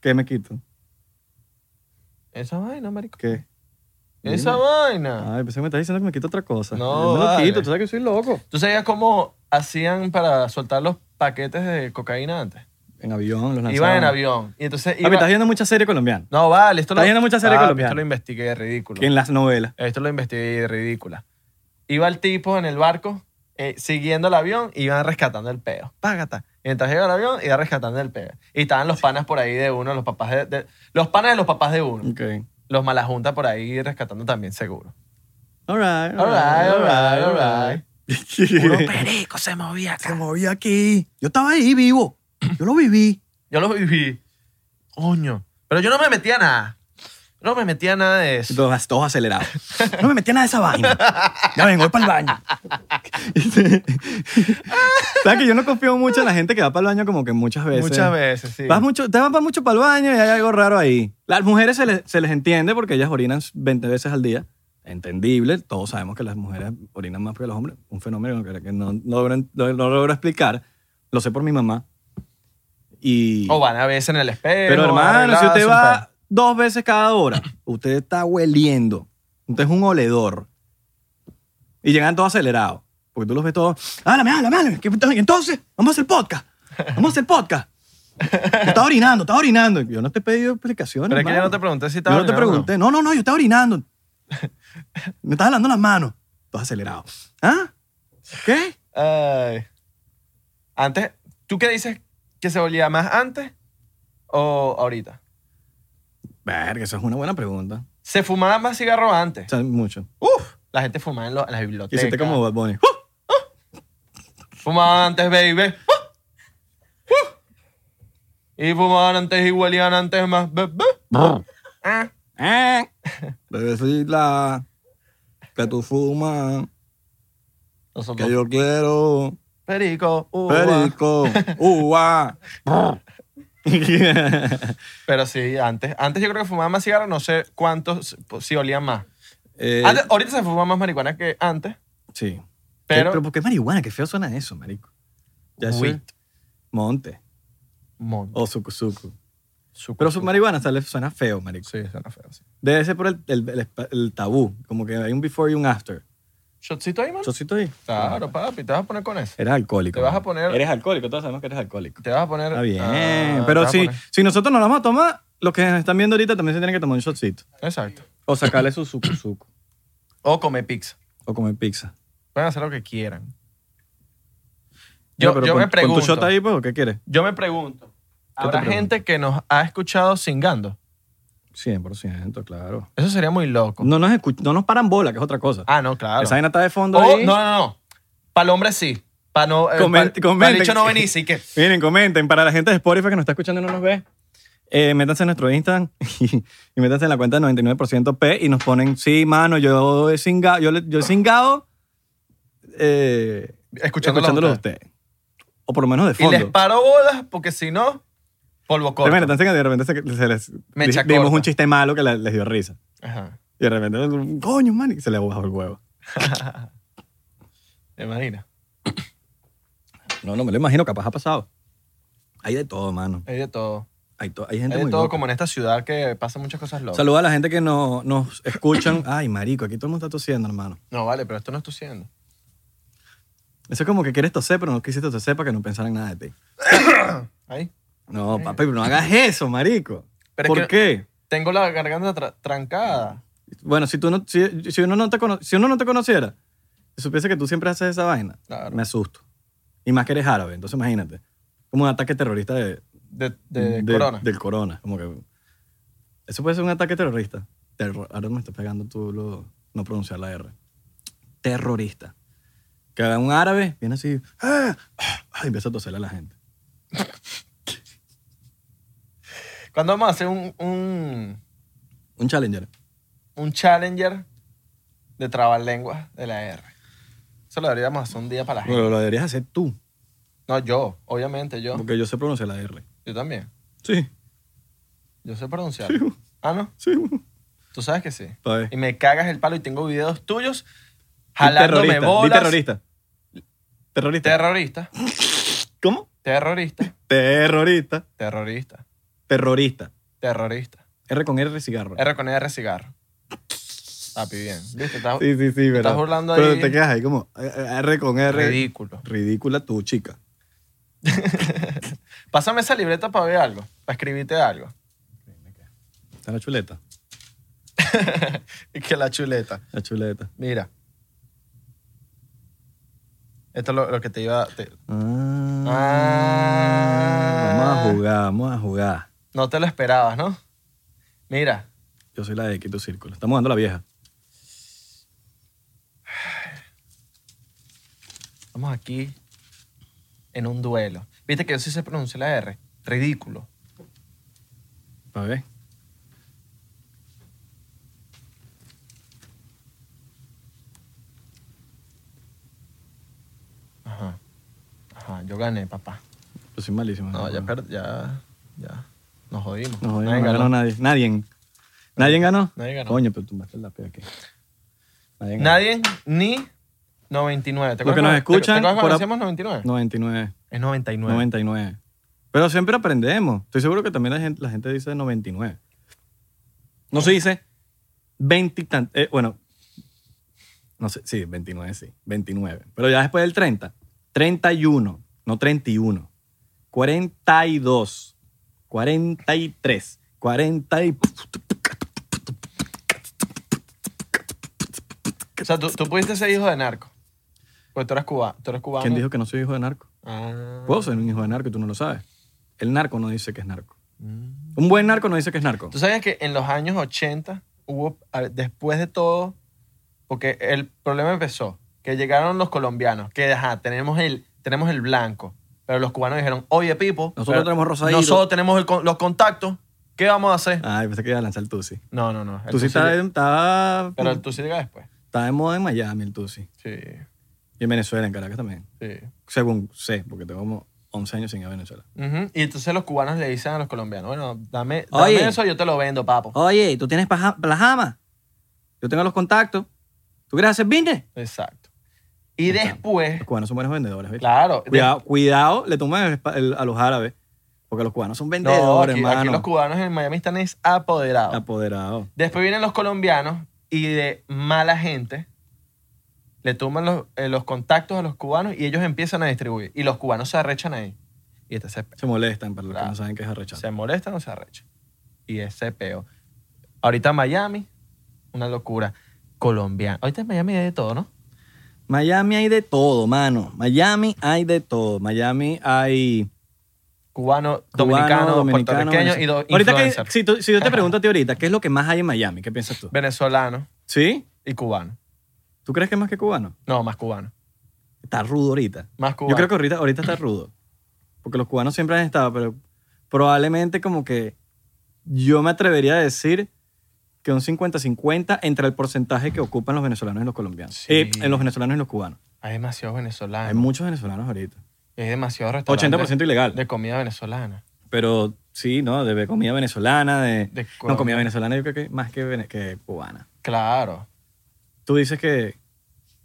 [SPEAKER 2] ¿Qué me quito?
[SPEAKER 1] Esa vaina, marico.
[SPEAKER 2] ¿Qué?
[SPEAKER 1] Esa
[SPEAKER 2] Dime.
[SPEAKER 1] vaina.
[SPEAKER 2] Ay, pensé que me estás diciendo que me quito otra cosa.
[SPEAKER 1] No,
[SPEAKER 2] Yo me lo
[SPEAKER 1] vale.
[SPEAKER 2] quito. Tú sabes que soy loco.
[SPEAKER 1] ¿Tú sabías cómo hacían para soltar los paquetes de cocaína antes?
[SPEAKER 2] En avión, los lanzaban.
[SPEAKER 1] Iban en avión. Y entonces
[SPEAKER 2] Papi,
[SPEAKER 1] iba-
[SPEAKER 2] estás viendo mucha serie colombiana.
[SPEAKER 1] No, vale. Esto
[SPEAKER 2] Estás
[SPEAKER 1] lo...
[SPEAKER 2] viendo mucha serie
[SPEAKER 1] Papi,
[SPEAKER 2] colombiana.
[SPEAKER 1] Esto lo investigué, ridículo.
[SPEAKER 2] Que en las novelas.
[SPEAKER 1] Esto lo investigué de ridícula. Iba el tipo en el barco eh, siguiendo el avión y iban rescatando el peo. Págata. Mientras llega el avión, iba rescatando el peo. Y estaban los panas por ahí de uno, los papás de, de- los panas de los papás de uno.
[SPEAKER 2] Ok.
[SPEAKER 1] Los malajunta por ahí rescatando también seguro.
[SPEAKER 2] All right,
[SPEAKER 1] All right, all right, all right. Puro perico se movía
[SPEAKER 2] Se
[SPEAKER 1] acá.
[SPEAKER 2] movió aquí. Yo estaba ahí vivo. Yo lo viví.
[SPEAKER 1] Yo lo viví. Coño. Pero yo no me metía a nada. No me metía a nada de eso.
[SPEAKER 2] Todos, todos acelerados. No me metí nada de esa vaina. Ya vengo, voy para el baño. ¿Sabes que yo no confío mucho en la gente que va para el baño como que muchas veces?
[SPEAKER 1] Muchas veces, sí.
[SPEAKER 2] Vas mucho, te van para mucho para el baño y hay algo raro ahí. Las mujeres se les, se les entiende porque ellas orinan 20 veces al día. Entendible, todos sabemos que las mujeres orinan más que los hombres. Un fenómeno que que no, logro, no logro explicar. Lo sé por mi mamá. Y,
[SPEAKER 1] O van a veces en el espejo.
[SPEAKER 2] pero hermano, si
[SPEAKER 1] arregladas,
[SPEAKER 2] usted
[SPEAKER 1] un peo.
[SPEAKER 2] va dos veces cada hora, usted está hueliendo. Usted es un oledor. Y llegan todos acelerados. Porque tú los ves todos. Háblame, háblame, háblame. ¿qué puto- y Entonces, vamos a hacer podcast. Vamos a hacer podcast. Está orinando, está orinando. Yo no te he pedido explicaciones.
[SPEAKER 1] Pero es que yo
[SPEAKER 2] hermano.
[SPEAKER 1] no te pregunté si
[SPEAKER 2] Yo
[SPEAKER 1] estaba.
[SPEAKER 2] no te
[SPEAKER 1] orinando o
[SPEAKER 2] pregunté. No, no, no, yo estaba orinando. Me estás jalando las manos. Todos acelerados. ¿Ah? ¿Qué?
[SPEAKER 1] Ay. Antes, ¿tú qué dices que se olía más antes o ahorita?
[SPEAKER 2] Verga, esa es una buena pregunta.
[SPEAKER 1] Se fumaba más cigarro antes.
[SPEAKER 2] O sea, mucho.
[SPEAKER 1] Uf, la gente fumaba en, lo- en las bibliotecas.
[SPEAKER 2] Hiciste como Bad Bunny.
[SPEAKER 1] Fumaba antes, baby. Uh, uh. Y fumaban antes y huelían antes más. bebé.
[SPEAKER 2] Brr.
[SPEAKER 1] Ah.
[SPEAKER 2] Bebecita, que tú fumas,
[SPEAKER 1] Nosotros.
[SPEAKER 2] que yo quiero
[SPEAKER 1] Perico. uva.
[SPEAKER 2] perico, uva.
[SPEAKER 1] Pero sí, antes. Antes yo creo que fumaba más cigarro, no sé cuántos, pues, si olían más.
[SPEAKER 2] Eh,
[SPEAKER 1] Antes- ahorita se fuma más marihuana que antes,
[SPEAKER 2] sí. Eh,
[SPEAKER 1] pero.
[SPEAKER 2] ¿por qué marihuana? Qué feo suena eso, marico. Ya eso
[SPEAKER 1] Weed.
[SPEAKER 2] es monte
[SPEAKER 1] Mon-
[SPEAKER 2] o suku suku.
[SPEAKER 1] su-
[SPEAKER 2] Pero su marihuana sale- suena feo, marico.
[SPEAKER 1] Sí, suena feo. Sí.
[SPEAKER 2] Debe ser por el, el- el espa- el tabú, como que hay un before y un after.
[SPEAKER 1] ¿Shotcito ahí, mano?
[SPEAKER 2] ¿Chocito ahí?
[SPEAKER 1] Claro, papi, te vas a poner con eso.
[SPEAKER 2] Eres alcohólico.
[SPEAKER 1] Te vas a
[SPEAKER 2] mano.
[SPEAKER 1] poner-
[SPEAKER 2] Eres alcohólico, todos sabemos que eres alcohólico.
[SPEAKER 1] Te vas a poner.
[SPEAKER 2] Está bien.
[SPEAKER 1] Ah, te
[SPEAKER 2] pero
[SPEAKER 1] vas a
[SPEAKER 2] si,
[SPEAKER 1] poner-
[SPEAKER 2] si nosotros nos la vamos a tomar, los que nos están viendo ahorita también se tienen que tomar un shotcito.
[SPEAKER 1] Exacto.
[SPEAKER 2] O sacarle su suco suco.
[SPEAKER 1] O come pizza.
[SPEAKER 2] O comer pizza.
[SPEAKER 1] Pueden hacer lo que quieran.
[SPEAKER 2] No,
[SPEAKER 1] Yo,
[SPEAKER 2] pero
[SPEAKER 1] yo
[SPEAKER 2] con,
[SPEAKER 1] me pregunto.
[SPEAKER 2] ¿Con tu shot ahí, pues, ¿o qué quieres?
[SPEAKER 1] Yo me pregunto.
[SPEAKER 2] te
[SPEAKER 1] ¿Habrá
[SPEAKER 2] pregunto?
[SPEAKER 1] gente que nos ha escuchado singando?
[SPEAKER 2] 100%, claro.
[SPEAKER 1] Eso sería muy loco.
[SPEAKER 2] No nos, escu- no nos paran bola, que es otra cosa.
[SPEAKER 1] Ah, no, claro.
[SPEAKER 2] Esa vaina está de fondo
[SPEAKER 1] O-
[SPEAKER 2] ahí.
[SPEAKER 1] no, no, no. Para el hombre sí. Para no. eh,
[SPEAKER 2] Comen-
[SPEAKER 1] para
[SPEAKER 2] comenten.
[SPEAKER 1] el hecho no venir, sí que.
[SPEAKER 2] Miren, comenten. Para la gente de Spotify que nos está escuchando y no nos ve, eh, métanse en nuestro Instagram y, y métanse en la cuenta de 99% P y nos ponen, sí, mano, yo he singado, yo, le- yo he singado eh,
[SPEAKER 1] Escuchándolo. a
[SPEAKER 2] escuchándolo a
[SPEAKER 1] ustedes.
[SPEAKER 2] ustedes. O por lo menos de
[SPEAKER 1] Y
[SPEAKER 2] fondo.
[SPEAKER 1] les paro bolas porque si no, Polvo
[SPEAKER 2] Pero mira,
[SPEAKER 1] corto.
[SPEAKER 2] entonces que de repente se, se les
[SPEAKER 1] Mecha
[SPEAKER 2] di- dimos
[SPEAKER 1] corta.
[SPEAKER 2] un chiste malo que la- les dio risa.
[SPEAKER 1] Ajá.
[SPEAKER 2] Y de repente, coño, man, y se le bajó el huevo.
[SPEAKER 1] ¿Te imaginas?
[SPEAKER 2] No, no me lo imagino, capaz ha pasado. Hay de todo, mano.
[SPEAKER 1] Hay de todo.
[SPEAKER 2] Hay, to- hay gente
[SPEAKER 1] Hay de
[SPEAKER 2] muy
[SPEAKER 1] todo
[SPEAKER 2] loca.
[SPEAKER 1] como en esta ciudad que pasan muchas cosas locas.
[SPEAKER 2] Saluda a la gente que no, nos escuchan. Ay, marico, aquí todo el mundo está tosiendo, hermano.
[SPEAKER 1] No, vale, pero esto no es tu siendo.
[SPEAKER 2] Eso es como que quieres toser, pero no quisiste toser para que no pensaran nada de ti.
[SPEAKER 1] Ahí.
[SPEAKER 2] No, papi, pero no hagas eso, marico.
[SPEAKER 1] Pero es
[SPEAKER 2] ¿Por
[SPEAKER 1] que-
[SPEAKER 2] qué?
[SPEAKER 1] Tengo la garganta tra- trancada.
[SPEAKER 2] Bueno, si, tú no, si, si uno no te cono- si uno no te conociera, y supiese que tú siempre haces esa vaina,
[SPEAKER 1] Claro.
[SPEAKER 2] me asusto. Y más que eres árabe, entonces imagínate. Como un ataque terrorista de,
[SPEAKER 1] De, de
[SPEAKER 2] de-
[SPEAKER 1] corona.
[SPEAKER 2] Del corona. Como que, eso puede ser un ataque terrorista. Terro- ahora me está pegando tú lo, no pronunciar la R. Terrorista. Que un árabe viene así ¡ah! ¡ah! y empieza a toserle a la gente.
[SPEAKER 1] Cuando vamos a hacer un, un,
[SPEAKER 2] Un challenger.
[SPEAKER 1] un challenger de trabalenguas de la R? Eso lo deberíamos hacer un día para la gente.
[SPEAKER 2] Pero lo deberías hacer tú,
[SPEAKER 1] No, yo, obviamente, yo.
[SPEAKER 2] porque yo sé pronunciar la R.
[SPEAKER 1] Yo también.
[SPEAKER 2] Sí,
[SPEAKER 1] Yo sé pronunciar.
[SPEAKER 2] sí,
[SPEAKER 1] Ah, no.
[SPEAKER 2] sí.
[SPEAKER 1] Tú sabes que sí.
[SPEAKER 2] Pa' ver.
[SPEAKER 1] Y me cagas el palo y tengo videos tuyos
[SPEAKER 2] Di
[SPEAKER 1] jalándome
[SPEAKER 2] terrorista, di
[SPEAKER 1] bolas.
[SPEAKER 2] terrorista. Terrorista.
[SPEAKER 1] Terrorista.
[SPEAKER 2] ¿Cómo?
[SPEAKER 1] Terrorista.
[SPEAKER 2] Terrorista.
[SPEAKER 1] Terrorista.
[SPEAKER 2] Terrorista.
[SPEAKER 1] Terrorista.
[SPEAKER 2] R con R cigarro.
[SPEAKER 1] R con R cigarro. Papi, bien. ¿Viste? Estás
[SPEAKER 2] sí, sí, sí, ¿verdad?
[SPEAKER 1] estás burlando
[SPEAKER 2] Pero
[SPEAKER 1] ahí.
[SPEAKER 2] te quedas ahí como eh, eh, R con R.
[SPEAKER 1] ridículo.
[SPEAKER 2] Ridícula tu chica.
[SPEAKER 1] Pásame esa libreta para ver algo, para escribirte algo.
[SPEAKER 2] Está la chuleta.
[SPEAKER 1] Y que la chuleta.
[SPEAKER 2] La chuleta.
[SPEAKER 1] Mira. Esto es lo, lo que te iba a... te-
[SPEAKER 2] Mm. Ah. Vamos a jugar, vamos a jugar.
[SPEAKER 1] no te lo esperabas, ¿no? Mira.
[SPEAKER 2] Yo soy la de Quito Círculo. Estamos dando la vieja.
[SPEAKER 1] Estamos aquí en un duelo. Viste que yo sí se pronuncia la R. Ridículo.
[SPEAKER 2] A ver.
[SPEAKER 1] Ajá. Ajá, yo gané, papá.
[SPEAKER 2] Yo soy malísimo.
[SPEAKER 1] No, ya perdí, ya, ya. Nos jodimos.
[SPEAKER 2] No,
[SPEAKER 1] Nadie
[SPEAKER 2] no
[SPEAKER 1] ganó.
[SPEAKER 2] ganó nadie. Nadie. ¿Nadie ganó?
[SPEAKER 1] Nadie ganó.
[SPEAKER 2] Coño, pero tumbaste la pega aquí. Nadie ganó.
[SPEAKER 1] Nadie ni 99. ¿Te
[SPEAKER 2] Los
[SPEAKER 1] acuerdas
[SPEAKER 2] que nos
[SPEAKER 1] cuando-
[SPEAKER 2] escuchan,
[SPEAKER 1] ¿Te, te acuerdas
[SPEAKER 2] por
[SPEAKER 1] cuando
[SPEAKER 2] ap-
[SPEAKER 1] decíamos 99?
[SPEAKER 2] 99.
[SPEAKER 1] Es 99.
[SPEAKER 2] 99. Pero siempre aprendemos. Estoy seguro que también la gente, la gente dice 99. No se dice 20 y tan- eh, bueno, no sé, sí, 29, sí. 29. Pero ya después del 30, 31, no 31. 42, 43, 40 y...
[SPEAKER 1] O sea, tú, tú pudiste ser hijo de narco. Porque tú eres, cuba, tú eres cubano.
[SPEAKER 2] ¿Quién dijo que no soy hijo de narco?
[SPEAKER 1] Ah.
[SPEAKER 2] Puedo ser un hijo de narco y tú no lo sabes. El narco no dice que es narco.
[SPEAKER 1] Mm.
[SPEAKER 2] Un buen narco no dice que es narco.
[SPEAKER 1] Tú sabes que en los años 80 hubo, a ver, después de todo, porque el problema empezó, que llegaron los colombianos, que ajá, tenemos el, tenemos el blanco, pero los cubanos dijeron, oye, Pipo,
[SPEAKER 2] Nosotros
[SPEAKER 1] pero
[SPEAKER 2] tenemos rosadito.
[SPEAKER 1] Nosotros tenemos el con- los contactos, ¿qué vamos a hacer?
[SPEAKER 2] Ay, pensé que iba a lanzar el Tusi.
[SPEAKER 1] No, no, no. el
[SPEAKER 2] Tusi está,
[SPEAKER 1] llega-
[SPEAKER 2] está,
[SPEAKER 1] Pero el Tusi llega después.
[SPEAKER 2] está de moda pues, en Miami, el Tusi.
[SPEAKER 1] Sí,
[SPEAKER 2] Y en Venezuela, en Caracas también.
[SPEAKER 1] sí.
[SPEAKER 2] Según sé, porque tengo como 11 años sin ir a Venezuela.
[SPEAKER 1] Ujú, Y entonces los cubanos le dicen a los colombianos, bueno, dame, dame
[SPEAKER 2] Oye. Oh.
[SPEAKER 1] eso, yo te lo vendo, papo.
[SPEAKER 2] Oye, ¿tú tienes plasama? Yo tengo los contactos. ¿Tú quieres hacer business?
[SPEAKER 1] Exacto. Y
[SPEAKER 2] Exacto.
[SPEAKER 1] después,
[SPEAKER 2] Los cubanos son buenos vendedores, ¿viste?
[SPEAKER 1] claro, de-
[SPEAKER 2] Cuidado, cuidado, le toman el espa- el- a los árabes. Porque los cubanos son vendedores,
[SPEAKER 1] no, aquí,
[SPEAKER 2] hermano. Ah.
[SPEAKER 1] aquí los cubanos en Miami están es apoderados.
[SPEAKER 2] Apoderados.
[SPEAKER 1] Después vienen los colombianos y de mala gente le toman los, eh, los contactos a los cubanos y ellos empiezan a distribuir. Y los cubanos se arrechan ahí. Y este se,
[SPEAKER 2] Se molestan para los que
[SPEAKER 1] Claro.
[SPEAKER 2] no saben qué es arrechar.
[SPEAKER 1] se molestan o se arrechan. Y ese peo. Ahorita Miami, una locura. Colombiano. Ahorita en Miami hay de todo, ¿no?
[SPEAKER 2] Miami hay de todo, mano. Miami hay de todo. Miami hay...
[SPEAKER 1] Cubano,
[SPEAKER 2] Cubano,
[SPEAKER 1] dominicano,
[SPEAKER 2] dominicano,
[SPEAKER 1] puertorriqueño y do-
[SPEAKER 2] venezolano. ahorita
[SPEAKER 1] influencer.
[SPEAKER 2] que, si, tú- si yo te pregunto a ti ahorita, ¿qué es lo que más hay en Miami? ¿Qué piensas tú?
[SPEAKER 1] Venezolano
[SPEAKER 2] ¿Sí?
[SPEAKER 1] y cubano.
[SPEAKER 2] ¿Tú crees que es más que cubano?
[SPEAKER 1] No, más cubano.
[SPEAKER 2] Está rudo ahorita.
[SPEAKER 1] Más cubano.
[SPEAKER 2] Yo creo que ahorita, ahorita está rudo. Porque los cubanos siempre han estado, pero probablemente como que yo me atrevería a decir que un 50-50 entre el porcentaje que ocupan los venezolanos y los colombianos.
[SPEAKER 1] Sí.
[SPEAKER 2] Eh, en los venezolanos y los cubanos.
[SPEAKER 1] hay demasiados
[SPEAKER 2] Hay
[SPEAKER 1] venezolanos.
[SPEAKER 2] muchos venezolanos ahorita.
[SPEAKER 1] Hay, demasiados restaurantes
[SPEAKER 2] 80% ilegal.
[SPEAKER 1] de comida venezolana.
[SPEAKER 2] Pero Sí, ¿no? De comida venezolana,
[SPEAKER 1] De
[SPEAKER 2] de... no, comida
[SPEAKER 1] Colombia.
[SPEAKER 2] venezolana yo creo que más que, vene- que cubana.
[SPEAKER 1] Claro.
[SPEAKER 2] Tú dices que...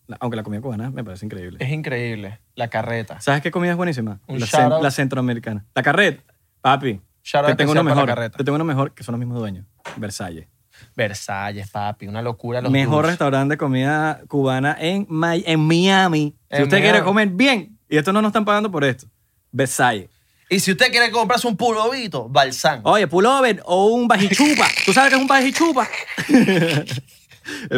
[SPEAKER 2] la- Aunque la comida cubana me parece increíble.
[SPEAKER 1] Es increíble. La carreta.
[SPEAKER 2] ¿Sabes qué comida es buenísima?
[SPEAKER 1] Un
[SPEAKER 2] La,
[SPEAKER 1] shout out.
[SPEAKER 2] la centroamericana. La carreta. Papi,
[SPEAKER 1] Shout out
[SPEAKER 2] te
[SPEAKER 1] que
[SPEAKER 2] tengo
[SPEAKER 1] sea
[SPEAKER 2] uno
[SPEAKER 1] para la
[SPEAKER 2] mejor.
[SPEAKER 1] carreta.
[SPEAKER 2] Te tengo uno mejor, que son los mismos dueños. Versalles.
[SPEAKER 1] Versalles, papi. Una locura. Los
[SPEAKER 2] Mejor
[SPEAKER 1] tours.
[SPEAKER 2] restaurante de comida cubana en, Mi- en Miami. Si
[SPEAKER 1] En
[SPEAKER 2] usted quiere
[SPEAKER 1] Miami.
[SPEAKER 2] comer bien, y esto no nos están pagando por esto, Versalles.
[SPEAKER 1] Y si usted quiere comprarse un pulovito, Balsán.
[SPEAKER 2] Oye, pullover o un bajichupa. ¿Tú sabes qué es un bajichupa? el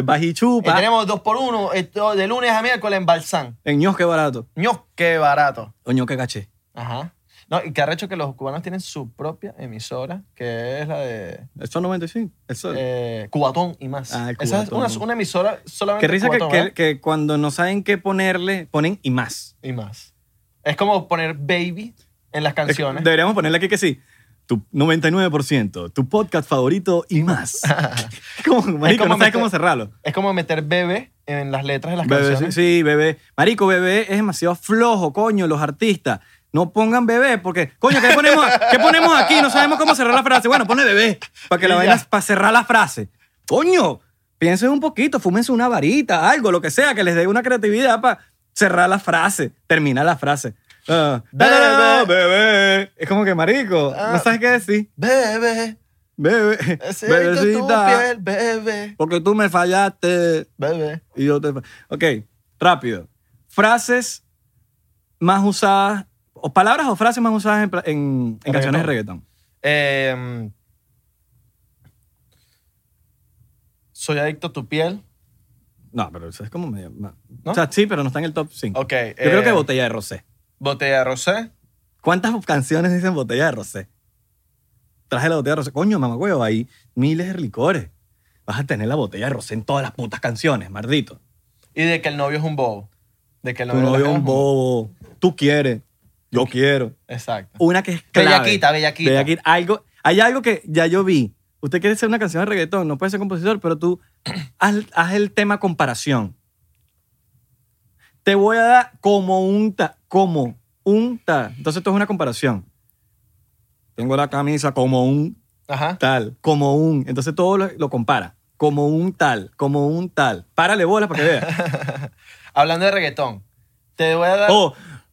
[SPEAKER 1] Y
[SPEAKER 2] bajichupa.
[SPEAKER 1] Eh, tenemos dos por uno esto, de lunes a miércoles en Balsán.
[SPEAKER 2] En ños, qué barato.
[SPEAKER 1] Ños, qué barato.
[SPEAKER 2] O ños, qué caché.
[SPEAKER 1] Ajá. No, y que arrecho que los cubanos tienen su propia emisora, que es la de
[SPEAKER 2] Eso es 95. Eso es.
[SPEAKER 1] eh, Cubatón y más.
[SPEAKER 2] Ah, el
[SPEAKER 1] Esa es
[SPEAKER 2] Cubatón.
[SPEAKER 1] una, una emisora solamente
[SPEAKER 2] qué risa que,
[SPEAKER 1] Cubatón,
[SPEAKER 2] que-
[SPEAKER 1] ¿verdad?
[SPEAKER 2] que cuando no saben qué ponerle, ponen y más.
[SPEAKER 1] y más. Es como poner baby en las
[SPEAKER 2] Es que
[SPEAKER 1] canciones.
[SPEAKER 2] Deberíamos ponerle aquí que sí. Tu 99%, tu podcast favorito y más. como, marico,
[SPEAKER 1] como
[SPEAKER 2] no sabes
[SPEAKER 1] meter-
[SPEAKER 2] cómo cerrarlo.
[SPEAKER 1] Es como meter bebé en las letras de las
[SPEAKER 2] Bebé, sí,
[SPEAKER 1] canciones.
[SPEAKER 2] sí, bebé. Marico, bebé es demasiado flojo, coño, los artistas. No pongan bebé, porque, coño, ¿qué ponemos, ¿qué ponemos aquí? No sabemos cómo cerrar la frase. Bueno, pone bebé, para que la
[SPEAKER 1] Y
[SPEAKER 2] vaina,
[SPEAKER 1] ya.
[SPEAKER 2] para cerrar la frase. Coño, piensen un poquito, fúmense una varita, algo, lo que sea, que les dé una creatividad para cerrar la frase, terminar la frase. Ah,
[SPEAKER 1] Bebé.
[SPEAKER 2] bebé. Es como que, marico, no
[SPEAKER 1] Ah.
[SPEAKER 2] sabes qué decir.
[SPEAKER 1] Bebé,
[SPEAKER 2] Bebé,
[SPEAKER 1] siento tu
[SPEAKER 2] bebecita,
[SPEAKER 1] piel, bebé,
[SPEAKER 2] porque tú me fallaste.
[SPEAKER 1] bebé.
[SPEAKER 2] Y yo te- Ok, rápido. Frases más usadas, o palabras o frases más usadas en, pla- en- en
[SPEAKER 1] En
[SPEAKER 2] canciones de
[SPEAKER 1] reggaetón.
[SPEAKER 2] reggaetón.
[SPEAKER 1] Eh, soy adicto a tu piel.
[SPEAKER 2] No, pero eso es como medio... ma-
[SPEAKER 1] ¿No?
[SPEAKER 2] O sea, sí, pero no está en el top 5.
[SPEAKER 1] Ok. eh,
[SPEAKER 2] Yo creo que Botella de Rosé.
[SPEAKER 1] Botella de rosé.
[SPEAKER 2] ¿Cuántas canciones dicen Botella de Rosé? Traje la botella de Rosé. Coño, mamá, huevo, hay miles de licores. Vas a tener la botella de Rosé en todas las putas canciones, mardito.
[SPEAKER 1] Y de que el novio es un bobo. De que el
[SPEAKER 2] Tu
[SPEAKER 1] novio, de la
[SPEAKER 2] novio es
[SPEAKER 1] cara
[SPEAKER 2] un bobo. Tú quieres. Yo quiero.
[SPEAKER 1] Exacto.
[SPEAKER 2] Una que es Uh, clave.
[SPEAKER 1] Bellaquita, bellaquita.
[SPEAKER 2] Bellaquita. Algo, hay algo que ya yo vi. Usted quiere hacer una canción de reggaetón, no puede ser compositor, pero tú haz, haz el tema comparación. Te voy a dar como un ta, como un ta. Entonces esto es una comparación. Tengo la camisa como un
[SPEAKER 1] Ajá.
[SPEAKER 2] tal, como un. Entonces todo lo, lo compara. Como un tal, como un tal. Párale bolas para que veas.
[SPEAKER 1] Hablando de reggaetón. Te voy a dar.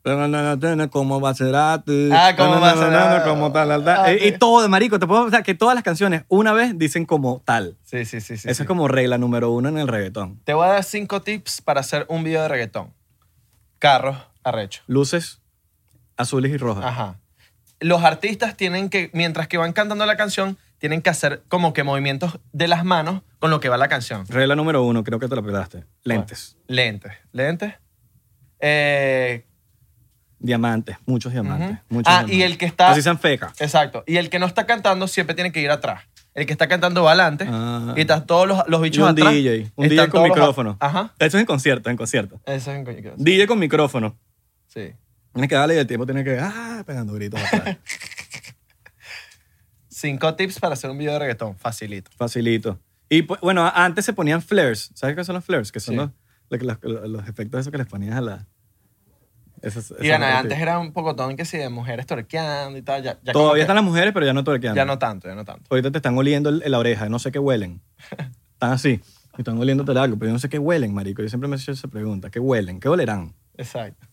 [SPEAKER 2] O na, na, na, na, como Bacerati.
[SPEAKER 1] Oh. Ah, como
[SPEAKER 2] na, na, na, na, na,
[SPEAKER 1] Bacerati.
[SPEAKER 2] Como tal, tal, tal.
[SPEAKER 1] Ah,
[SPEAKER 2] Eh,
[SPEAKER 1] sí.
[SPEAKER 2] Y todo de marico. Te puedo pensar que todas las canciones una vez dicen como tal.
[SPEAKER 1] Sí, sí, sí. sí,
[SPEAKER 2] Esa
[SPEAKER 1] sí.
[SPEAKER 2] es como regla número uno en el reggaetón.
[SPEAKER 1] Te voy a dar cinco tips para hacer un video de reggaetón. Carros, arrecho.
[SPEAKER 2] Luces azules y rojas.
[SPEAKER 1] Ajá. Los artistas tienen que, mientras que van cantando la canción, tienen que hacer como que movimientos de las manos con lo que va la canción.
[SPEAKER 2] Regla número uno, creo que te la pegaste. Lentes,
[SPEAKER 1] Lentes. Lentes. Eh,
[SPEAKER 2] diamantes, muchos diamantes.
[SPEAKER 1] Ujú.
[SPEAKER 2] muchos
[SPEAKER 1] Ah,
[SPEAKER 2] diamantes.
[SPEAKER 1] y el que está-
[SPEAKER 2] Así sean fecas.
[SPEAKER 1] exacto. Y el que no está cantando siempre tiene que ir atrás. El que está cantando va adelante
[SPEAKER 2] Ah.
[SPEAKER 1] y están todos los, los bichos
[SPEAKER 2] Y un
[SPEAKER 1] atrás.
[SPEAKER 2] DJ, un
[SPEAKER 1] Están
[SPEAKER 2] DJ con
[SPEAKER 1] todos los-
[SPEAKER 2] micrófono.
[SPEAKER 1] Ajá.
[SPEAKER 2] Eso es en concierto, en concierto.
[SPEAKER 1] Eso es en coño.
[SPEAKER 2] DJ con micrófono.
[SPEAKER 1] Sí.
[SPEAKER 2] Tienes que darle y el tiempo tiene que. Ah, pegando gritos atrás.
[SPEAKER 1] Cinco tips para hacer un video de reggaetón. Facilito.
[SPEAKER 2] Facilito. Y pues, bueno, a- antes se ponían flares. ¿Sabes qué son los flares? Que son
[SPEAKER 1] Sí.
[SPEAKER 2] los, lo que- los, los- los efectos esos que les ponías a la... esos- esos
[SPEAKER 1] Y bueno,
[SPEAKER 2] ratos.
[SPEAKER 1] antes era un pocotón que sí, de mujeres torqueando y tal. Ya, ya como que-
[SPEAKER 2] Todavía están las mujeres, pero ya no torqueando.
[SPEAKER 1] Ya no tanto, ya no tanto.
[SPEAKER 2] Ahorita te están oliendo el- la oreja, no sé qué huelen. Están así. y Están oliéndote algo, pero yo no sé qué huelen, marico. Yo siempre me he hecho esa pregunta. ¿Qué huelen? ¿Qué olerán?
[SPEAKER 1] Exacto.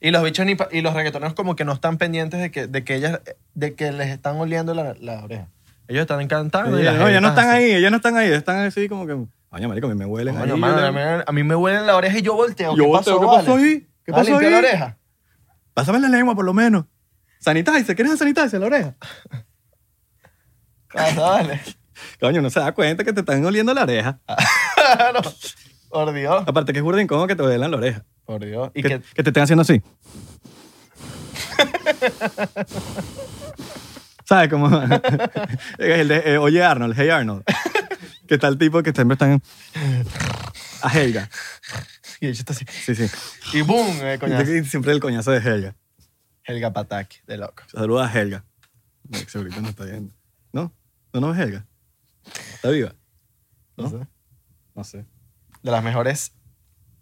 [SPEAKER 1] Y los bichos ni pa- y los reggaetoneros como que no están pendientes de que, de que ellas, de que les están oliendo la, la oreja. Ellos están encantando. y
[SPEAKER 2] Ellos-
[SPEAKER 1] las
[SPEAKER 2] no, ya no
[SPEAKER 1] jevas
[SPEAKER 2] están
[SPEAKER 1] así.
[SPEAKER 2] ahí, ellos no están ahí. Están así como que... Coño, marico, a mí me huelen
[SPEAKER 1] Coño,
[SPEAKER 2] ahí. yo
[SPEAKER 1] mano,
[SPEAKER 2] le-
[SPEAKER 1] a mí- a mí me huelen la oreja y yo volteo.
[SPEAKER 2] yo
[SPEAKER 1] ¿Qué pasó,
[SPEAKER 2] volteo, ¿Qué pasó
[SPEAKER 1] vale?
[SPEAKER 2] ahí? ¿Qué
[SPEAKER 1] Ah,
[SPEAKER 2] pasó
[SPEAKER 1] limpió
[SPEAKER 2] ahí?
[SPEAKER 1] la oreja?
[SPEAKER 2] Pásame la lengua, por lo menos. Sanitizer. ¿Quieres un sanitizer la oreja?
[SPEAKER 1] Ah, vale.
[SPEAKER 2] Coño, no se da cuenta que te están oliendo la oreja.
[SPEAKER 1] Ah. Claro. Por Dios.
[SPEAKER 2] Aparte que es burda incómodo que te velan la oreja.
[SPEAKER 1] Por Dios. Y que,
[SPEAKER 2] que, que te estén haciendo así. ¿Sabes cómo? el de, eh, Oye Arnold, Hey Arnold. que está el tipo que siempre están a Helga.
[SPEAKER 1] y ella está así.
[SPEAKER 2] Sí, sí.
[SPEAKER 1] Y boom, eh, coñazo.
[SPEAKER 2] Y siempre el coñazo de Helga.
[SPEAKER 1] Helga Pataki, de loco.
[SPEAKER 2] Saluda a Helga. Que ahorita no está viendo. ¿No? ¿No no ves Helga? ¿Está viva?
[SPEAKER 1] No
[SPEAKER 2] ¿No?
[SPEAKER 1] sé.
[SPEAKER 2] No sé.
[SPEAKER 1] De las mejores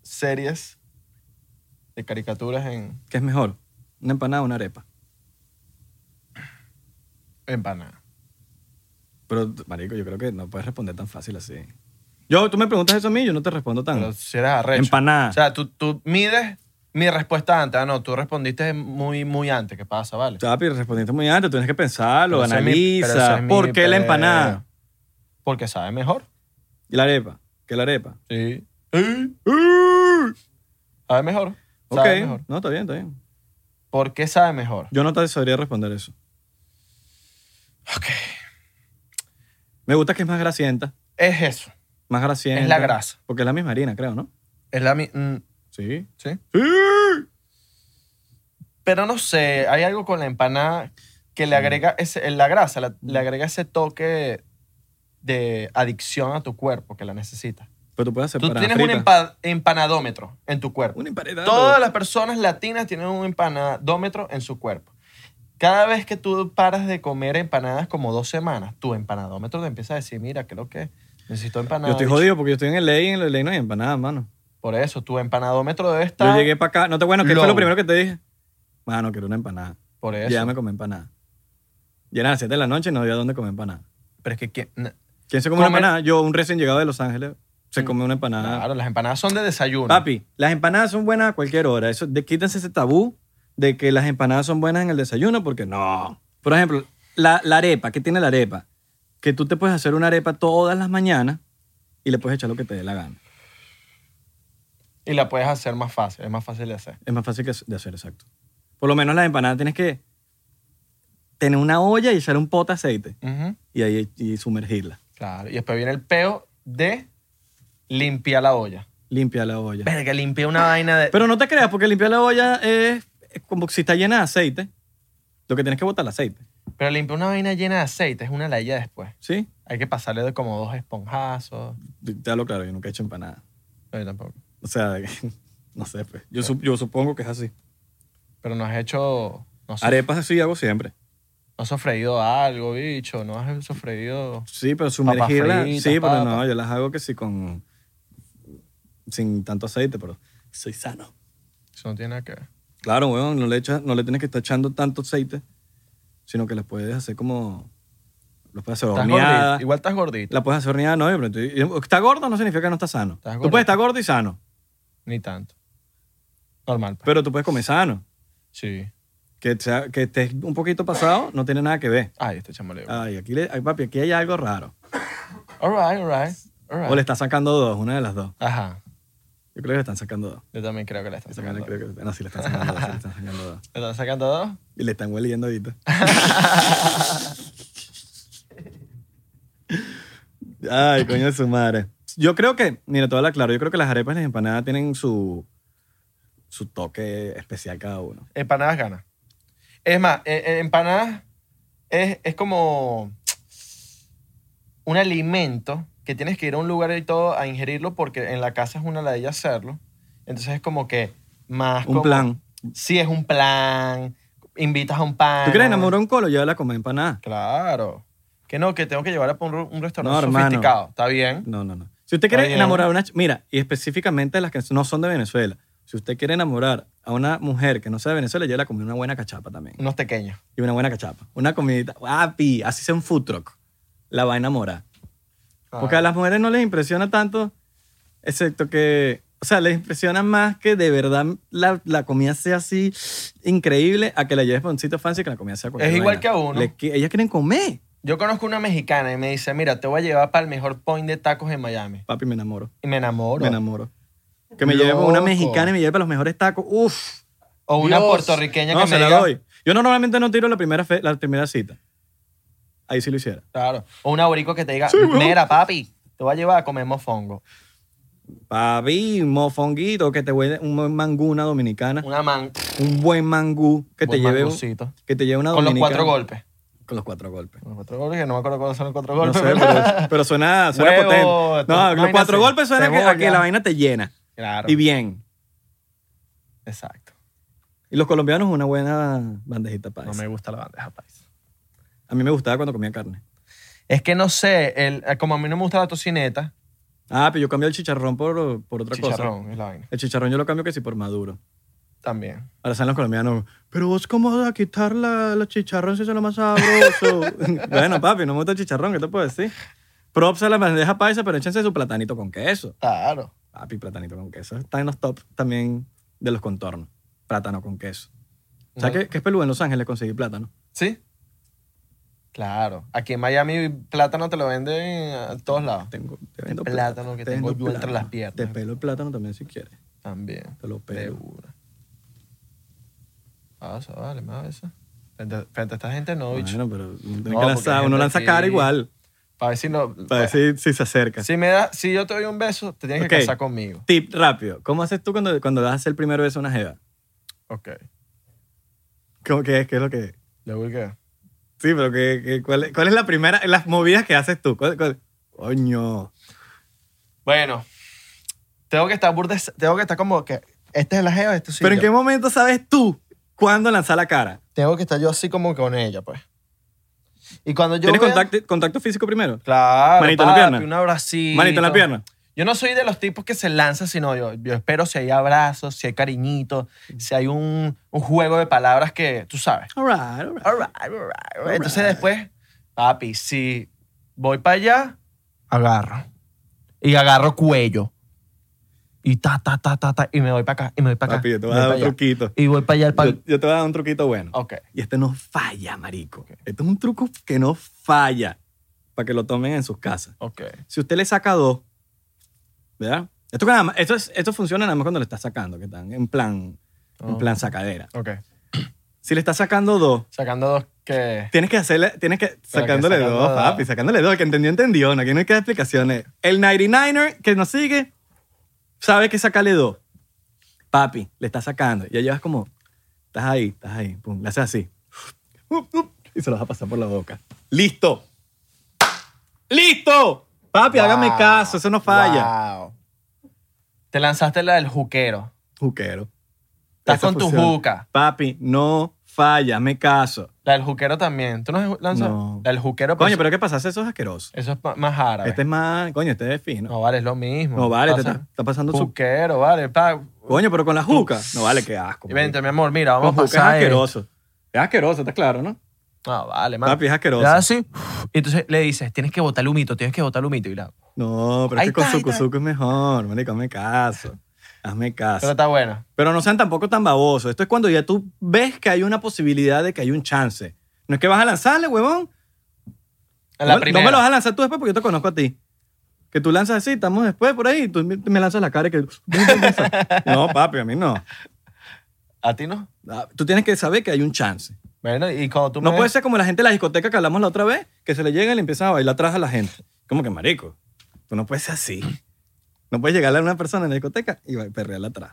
[SPEAKER 1] series de caricaturas en.
[SPEAKER 2] ¿Qué es mejor? ¿Una empanada o una arepa?
[SPEAKER 1] Empanada.
[SPEAKER 2] Pero, marico, yo creo que no puedes responder tan fácil así. Yo, tú me preguntas eso a mí, yo no te respondo tan.
[SPEAKER 1] Pero si eres arrecho.
[SPEAKER 2] Empanada.
[SPEAKER 1] O sea, tú, tú mides mi respuesta antes. Ah, no, tú respondiste muy, muy antes. ¿Qué pasa, vale?
[SPEAKER 2] Chapi, respondiste muy antes, tienes que pensarlo,
[SPEAKER 1] Pero ese es mi- pero
[SPEAKER 2] analiza.
[SPEAKER 1] ese es mi
[SPEAKER 2] ¿Por qué la
[SPEAKER 1] pedo.
[SPEAKER 2] empanada?
[SPEAKER 1] Porque sabe mejor.
[SPEAKER 2] ¿Y la arepa? ¿Qué es la arepa?
[SPEAKER 1] Sí. Sabe mejor.
[SPEAKER 2] Ok,
[SPEAKER 1] Sabe mejor.
[SPEAKER 2] no, está bien, está bien.
[SPEAKER 1] ¿Por qué sabe mejor?
[SPEAKER 2] Yo no te sabría responder eso.
[SPEAKER 1] Ok.
[SPEAKER 2] Me gusta que es más grasienta.
[SPEAKER 1] Es eso.
[SPEAKER 2] Más grasienta.
[SPEAKER 1] Es la grasa.
[SPEAKER 2] Porque es la misma harina, creo, ¿no?
[SPEAKER 1] Es la mi- mm,
[SPEAKER 2] Sí.
[SPEAKER 1] Sí.
[SPEAKER 2] ¡Sí!
[SPEAKER 1] Pero no sé, hay algo con la empanada que le agrega ese, la grasa, la- le agrega ese toque de adicción a tu cuerpo que la necesita.
[SPEAKER 2] Pero Pues tú puedes hacer
[SPEAKER 1] Tú
[SPEAKER 2] para
[SPEAKER 1] tienes un empa- empanadómetro en tu cuerpo.
[SPEAKER 2] un emparedado.
[SPEAKER 1] Todas las personas latinas tienen un empanadómetro en su cuerpo. Cada vez que tú paras de comer empanadas como dos semanas, tu empanadómetro te empieza a decir, mira, creo que necesito
[SPEAKER 2] Yo
[SPEAKER 1] empanadas.
[SPEAKER 2] estoy jodido porque yo estoy en el ley y en el ley no hay empanadas, mano.
[SPEAKER 1] Por eso, tu empanadómetro debe estar...
[SPEAKER 2] Yo llegué para acá. No te bueno, ¿qué fue
[SPEAKER 1] Low.
[SPEAKER 2] lo primero que te dije? Mano, quiero una empanada.
[SPEAKER 1] Por eso.
[SPEAKER 2] Ya me comí empanada. Ya eran las 7 de la noche y no había dónde comer empanada.
[SPEAKER 1] Pero es que... ¿quién- n-
[SPEAKER 2] ¿Quién se come una
[SPEAKER 1] Comer- Mm.
[SPEAKER 2] empanada? Yo, un recién llegado de Los Ángeles, se come una empanada.
[SPEAKER 1] Claro, las empanadas son de desayuno.
[SPEAKER 2] Ah. Papi, las empanadas son buenas a cualquier hora. Eso, de- quítense ese tabú de que las empanadas son buenas en el desayuno, porque no. Por ejemplo, la, la arepa, ¿qué tiene la arepa? Que tú te puedes hacer una arepa todas las mañanas y le puedes echar lo que te dé la gana.
[SPEAKER 1] Y la puedes hacer más fácil, es más fácil de hacer.
[SPEAKER 2] Es más fácil que de hacer, exacto. Por lo menos las empanadas tienes que tener una olla y echar un pot de aceite
[SPEAKER 1] Ujú,
[SPEAKER 2] y ahí y sumergirla.
[SPEAKER 1] Claro. Y después viene el peo de limpiar la olla.
[SPEAKER 2] Limpia la olla.
[SPEAKER 1] Verga, limpié una vaina de...
[SPEAKER 2] Pero no te creas, porque limpiar la olla es, es como si está llena de aceite. Lo que tienes que botar el aceite,
[SPEAKER 1] Pero limpié una vaina llena de aceite, es una ladilla después.
[SPEAKER 2] ¿sí?
[SPEAKER 1] Hay que pasarle de como dos esponjazos.
[SPEAKER 2] Te hablo claro, yo nunca he hecho empanada.
[SPEAKER 1] No, yo tampoco.
[SPEAKER 2] O sea, de que- no sé, pues. Yo, sup- yo supongo que es así.
[SPEAKER 1] Pero no has hecho. No, has-
[SPEAKER 2] Arepas así hago siempre.
[SPEAKER 1] no has sofreído algo, bicho. No has sofreído.
[SPEAKER 2] Sí, pero sumergirlas.
[SPEAKER 1] fritas,
[SPEAKER 2] Sí, pero no,
[SPEAKER 1] papas.
[SPEAKER 2] yo las hago que sí con. Sin tanto aceite, pero soy sano.
[SPEAKER 1] Eso no tiene nada que ver.
[SPEAKER 2] Claro, weón, no le, echas, no le tienes que estar echando tanto aceite, sino que las puedes hacer como. Las puedes hacer
[SPEAKER 1] Estás gordito.
[SPEAKER 2] horneadas.
[SPEAKER 1] Igual estás gordito.
[SPEAKER 2] La puedes hacer horneada, no, pero estoy- está gordo no significa que no está sano.
[SPEAKER 1] Estás
[SPEAKER 2] tú
[SPEAKER 1] gordo.
[SPEAKER 2] puedes estar gordo y sano,
[SPEAKER 1] Ni tanto. Normal. pues.
[SPEAKER 2] pero tú puedes comer sano.
[SPEAKER 1] Sí.
[SPEAKER 2] Que, sea- que estés un poquito pasado no tiene nada que ver.
[SPEAKER 1] Ay, este chamo le.
[SPEAKER 2] Ay, aquí, le- ay, papi, aquí hay algo raro.
[SPEAKER 1] All right, all right. all right.
[SPEAKER 2] O le está sacando dos, una de las dos.
[SPEAKER 1] Ajá.
[SPEAKER 2] Yo creo que le están sacando dos.
[SPEAKER 1] Yo también creo que le
[SPEAKER 2] Le
[SPEAKER 1] están
[SPEAKER 2] sacan-
[SPEAKER 1] sacando.
[SPEAKER 2] creo que- no, sí, le están sacando dos. sí, le están sacando dos.
[SPEAKER 1] ¿Le están sacando dos?
[SPEAKER 2] Y le están hueliendo ahorita. Ay, coño de su madre. Yo creo que, mira, toda la claro, yo creo que las arepas y las empanadas tienen su, su toque especial cada uno.
[SPEAKER 1] Empanadas gana. Es más, eh, eh, empanadas es, es como un alimento que tienes que ir a un lugar y todo a ingerirlo porque en la casa es una ladilla hacerlo. Entonces es como que más
[SPEAKER 2] Un
[SPEAKER 1] como-
[SPEAKER 2] plan.
[SPEAKER 1] Sí, es un plan. Invitas a un pan.
[SPEAKER 2] ¿Tú crees enamorar a un colo? Llévala a comer empanada.
[SPEAKER 1] Claro. Que no, que tengo que llevarla para un, ru- un restaurante
[SPEAKER 2] No, hermano.
[SPEAKER 1] sofisticado. Está bien.
[SPEAKER 2] No, no, no. Si usted quiere
[SPEAKER 1] Está bien.
[SPEAKER 2] enamorar a una... ch- Mira, y específicamente las que no son de Venezuela. Si usted quiere enamorar a una mujer que no sea de Venezuela, llévala a comer una buena cachapa también.
[SPEAKER 1] Unos pequeños.
[SPEAKER 2] Y una buena cachapa. Una comidita. ¡Papi! Así sea un food truck. La va a enamorar. Porque a las mujeres no les impresiona tanto, excepto que... O sea, les impresiona más que de verdad la, la comida sea así increíble a que la lleves para un sitio fancy y que la comida sea cualquier
[SPEAKER 1] Es igual
[SPEAKER 2] vaina.
[SPEAKER 1] que a uno.
[SPEAKER 2] Le- que- ellas quieren comer.
[SPEAKER 1] Yo conozco una mexicana y me dice, mira, te voy a llevar para el mejor point de tacos en Miami.
[SPEAKER 2] Papi, me enamoro.
[SPEAKER 1] Y me enamoro.
[SPEAKER 2] Me enamoro. Que me lleve con una
[SPEAKER 1] Loco.
[SPEAKER 2] mexicana y me lleve para los mejores tacos. Uf.
[SPEAKER 1] O una
[SPEAKER 2] Dios.
[SPEAKER 1] puertorriqueña
[SPEAKER 2] no,
[SPEAKER 1] que
[SPEAKER 2] se
[SPEAKER 1] me
[SPEAKER 2] la
[SPEAKER 1] diga-
[SPEAKER 2] doy. Yo no, normalmente no tiro la primera, fe- la primera cita. Ahí sí lo hiciera.
[SPEAKER 1] Claro. O una boricua que te diga,
[SPEAKER 2] Sí, weón.
[SPEAKER 1] mira, papi, te voy a llevar a comer mofongo.
[SPEAKER 2] Papi, un mofonguito, que te huele un buen mangú, una dominicana.
[SPEAKER 1] Una man.
[SPEAKER 2] Un buen mangú que te
[SPEAKER 1] buen
[SPEAKER 2] lleve un-
[SPEAKER 1] mangucito.
[SPEAKER 2] que te lleve una
[SPEAKER 1] Con los
[SPEAKER 2] dominicana.
[SPEAKER 1] cuatro golpes.
[SPEAKER 2] Con los cuatro golpes.
[SPEAKER 1] Con los cuatro golpes, que no me acuerdo cuáles son los cuatro
[SPEAKER 2] No
[SPEAKER 1] golpes.
[SPEAKER 2] sé,
[SPEAKER 1] pero-
[SPEAKER 2] pero, pero suena, suena
[SPEAKER 1] Huevo,
[SPEAKER 2] potente.
[SPEAKER 1] to-
[SPEAKER 2] No, los
[SPEAKER 1] vaina
[SPEAKER 2] cuatro
[SPEAKER 1] así.
[SPEAKER 2] golpes suena que, a que
[SPEAKER 1] Cebolla.
[SPEAKER 2] la vaina te llena.
[SPEAKER 1] Claro.
[SPEAKER 2] Y bien.
[SPEAKER 1] Exacto.
[SPEAKER 2] Y los colombianos una buena bandejita paisa.
[SPEAKER 1] No me gusta la bandeja paisa.
[SPEAKER 2] A mí me gustaba cuando comía carne.
[SPEAKER 1] Es que no sé, el- eh, como a mí no me gusta la tocineta,
[SPEAKER 2] Ah, pero yo cambio el chicharrón por, por otra cosa.
[SPEAKER 1] chicharrón es la vaina.
[SPEAKER 2] El chicharrón yo lo cambio que sí por maduro.
[SPEAKER 1] También.
[SPEAKER 2] Ahora salen los colombianos. Pero vos cómo vas a quitar la, los chicharrones si eso es lo más sabroso. bueno, papi, no me gusta el chicharrón, ¿qué te puedo decir? Props a la bandeja paisa, pero échense su platanito con queso.
[SPEAKER 1] Claro.
[SPEAKER 2] Papi, platanito con queso. Está en los top también de los contornos. Plátano con queso. ¿Sabes qué, qué es Perú? En Los Ángeles conseguí plátano.
[SPEAKER 1] ¿Sí? Claro. Aquí en Miami, plátano te lo venden a todos lados.
[SPEAKER 2] Tengo, te vendo
[SPEAKER 1] plátano que
[SPEAKER 2] te
[SPEAKER 1] tengo
[SPEAKER 2] vendo
[SPEAKER 1] yo entre
[SPEAKER 2] plátano.
[SPEAKER 1] las piernas.
[SPEAKER 2] Te pelo el plátano también si quieres.
[SPEAKER 1] También.
[SPEAKER 2] Te lo
[SPEAKER 1] De
[SPEAKER 2] pelo.
[SPEAKER 1] una. Pasa, vale, me avisa. Frente, frente a esta gente no, bicho.
[SPEAKER 2] Bueno, pero uno tiene
[SPEAKER 1] No,
[SPEAKER 2] que
[SPEAKER 1] porque
[SPEAKER 2] lanzar,
[SPEAKER 1] hay
[SPEAKER 2] uno
[SPEAKER 1] gente
[SPEAKER 2] lanza cara
[SPEAKER 1] aquí-
[SPEAKER 2] igual.
[SPEAKER 1] Para ver si no.
[SPEAKER 2] Para ver si, si se acerca.
[SPEAKER 1] Si, me da, si yo te doy un beso, te tienes
[SPEAKER 2] Ok.
[SPEAKER 1] que casar conmigo.
[SPEAKER 2] Tip rápido. ¿Cómo haces tú cuando, cuando das el primer beso a una jeva?
[SPEAKER 1] Ok.
[SPEAKER 2] ¿Cómo que es? ¿Qué es lo que es?
[SPEAKER 1] Luego, ¿qué?
[SPEAKER 2] Sí, pero que, que- ¿cuál, es, ¿cuál es la primera, las movidas que haces tú? ¿Cuál- cuál? Coño.
[SPEAKER 1] Bueno, tengo que estar burda, tengo que estar como que. Esta es la jeva, esto sí.
[SPEAKER 2] pero ¿en
[SPEAKER 1] yo.
[SPEAKER 2] qué momento sabes tú cuándo lanzar la cara?
[SPEAKER 1] Tengo que estar yo así como con ella, pues. Y cuando yo.
[SPEAKER 2] ¿Tienes
[SPEAKER 1] vea-
[SPEAKER 2] contacto, contacto físico primero?
[SPEAKER 1] Claro.
[SPEAKER 2] Manito en la
[SPEAKER 1] papi,
[SPEAKER 2] pierna.
[SPEAKER 1] Un abracito.
[SPEAKER 2] Manito en la pierna.
[SPEAKER 1] Yo no soy de los tipos que se lanzan, sino yo, yo espero si hay abrazos, si hay cariñitos,
[SPEAKER 2] Mm.
[SPEAKER 1] si hay un, un juego de palabras que tú sabes.
[SPEAKER 2] All right, all right.
[SPEAKER 1] All right, all right, all right. Entonces después, papi, si voy para allá, agarro. Y agarro cuello. Y ta, ta, ta, ta, ta. Y me voy para acá, y me voy para acá.
[SPEAKER 2] Papi, yo te
[SPEAKER 1] y
[SPEAKER 2] voy a
[SPEAKER 1] voy
[SPEAKER 2] dar
[SPEAKER 1] pa'
[SPEAKER 2] un
[SPEAKER 1] allá. Oh.
[SPEAKER 2] truquito.
[SPEAKER 1] Y voy para allá al
[SPEAKER 2] Yo,
[SPEAKER 1] pal.
[SPEAKER 2] yo te voy a dar un truquito bueno.
[SPEAKER 1] Ok.
[SPEAKER 2] Y este no falla, marico. Este es un truco que no falla para que lo tomen en sus casas.
[SPEAKER 1] Ok.
[SPEAKER 2] Si usted le saca dos, ¿verdad? Esto, que nada más- esto, es- esto funciona nada más cuando le estás sacando, que están en plan, en
[SPEAKER 1] Oh.
[SPEAKER 2] plan sacadera.
[SPEAKER 1] Ok.
[SPEAKER 2] Si le estás sacando dos,
[SPEAKER 1] Sacando dos que.
[SPEAKER 2] Tienes que hacerle, tienes que, sacándole
[SPEAKER 1] sacando
[SPEAKER 2] dos,
[SPEAKER 1] dos.
[SPEAKER 2] papi, sacándole dos. El que entendió, entendió. No, aquí no hay que dar explicaciones. El 99er que nos sigue sabe que sacarle dos. Papi, le está sacando. Ya llevas como, estás ahí, estás ahí. Pum, le haces así. Up, up, Y se los va a pasar por la boca. ¡Listo! ¡Listo! Papi, hágame
[SPEAKER 1] Wow,
[SPEAKER 2] caso, eso no falla.
[SPEAKER 1] wow. Te lanzaste la del juquero.
[SPEAKER 2] Juquero.
[SPEAKER 1] Estás
[SPEAKER 2] Esa
[SPEAKER 1] con tu
[SPEAKER 2] funciona.
[SPEAKER 1] juca.
[SPEAKER 2] Papi, no falla, hazme caso.
[SPEAKER 1] La del juquero también. ¿Tú no lanzas?
[SPEAKER 2] No.
[SPEAKER 1] La del juquero. pues,
[SPEAKER 2] Coño, pero ¿qué pasa? Eso es asqueroso.
[SPEAKER 1] Eso es pa- más árabe.
[SPEAKER 2] Este es más, coño, este es fino.
[SPEAKER 1] No vale, es lo mismo.
[SPEAKER 2] No vale, te
[SPEAKER 1] Pasa-
[SPEAKER 2] está, está pasando su...
[SPEAKER 1] Juquero, vale. pa.
[SPEAKER 2] Coño, pero con la juca. No vale, qué asco.
[SPEAKER 1] Y Vente,
[SPEAKER 2] marico.
[SPEAKER 1] mi amor, mira, vamos
[SPEAKER 2] con
[SPEAKER 1] a
[SPEAKER 2] juca es
[SPEAKER 1] pasar. eh. esto.
[SPEAKER 2] asqueroso. Es asqueroso, está claro, ¿no?
[SPEAKER 1] No, vale, mano.
[SPEAKER 2] Papi, es asqueroso.
[SPEAKER 1] Le das así, y entonces le dices, tienes que botar el humito, tienes que botar el humito. Y la...
[SPEAKER 2] No, pero es
[SPEAKER 1] Ahí
[SPEAKER 2] que con
[SPEAKER 1] está, ahí
[SPEAKER 2] suku
[SPEAKER 1] está.
[SPEAKER 2] suku es mejor, marico, hazme caso. Hazme
[SPEAKER 1] Pero
[SPEAKER 2] caso.
[SPEAKER 1] está bueno.
[SPEAKER 2] Pero no sean tampoco tan babosos. Esto es cuando ya tú ves que hay una posibilidad de que hay un chance. No es que vas a lanzarle, huevón.
[SPEAKER 1] En la
[SPEAKER 2] no, me- no
[SPEAKER 1] primera.
[SPEAKER 2] me lo vas a lanzar tú después porque yo te conozco a ti. Que tú lanzas así, estamos después por ahí, y tú me me lanzas la cara y que... No, papi, a mí no.
[SPEAKER 1] ¿A ti no?
[SPEAKER 2] Ah, Tú tienes que saber que hay un chance.
[SPEAKER 1] Bueno, y cuando tú
[SPEAKER 2] No
[SPEAKER 1] me-
[SPEAKER 2] puede ser como la gente de la discoteca que hablamos la otra vez, que se le llega y le empiezan a bailar atrás a la gente. Como que, marico, tú no puedes ser así. No puedes llegarle a una persona en la discoteca y va- perrearla atrás.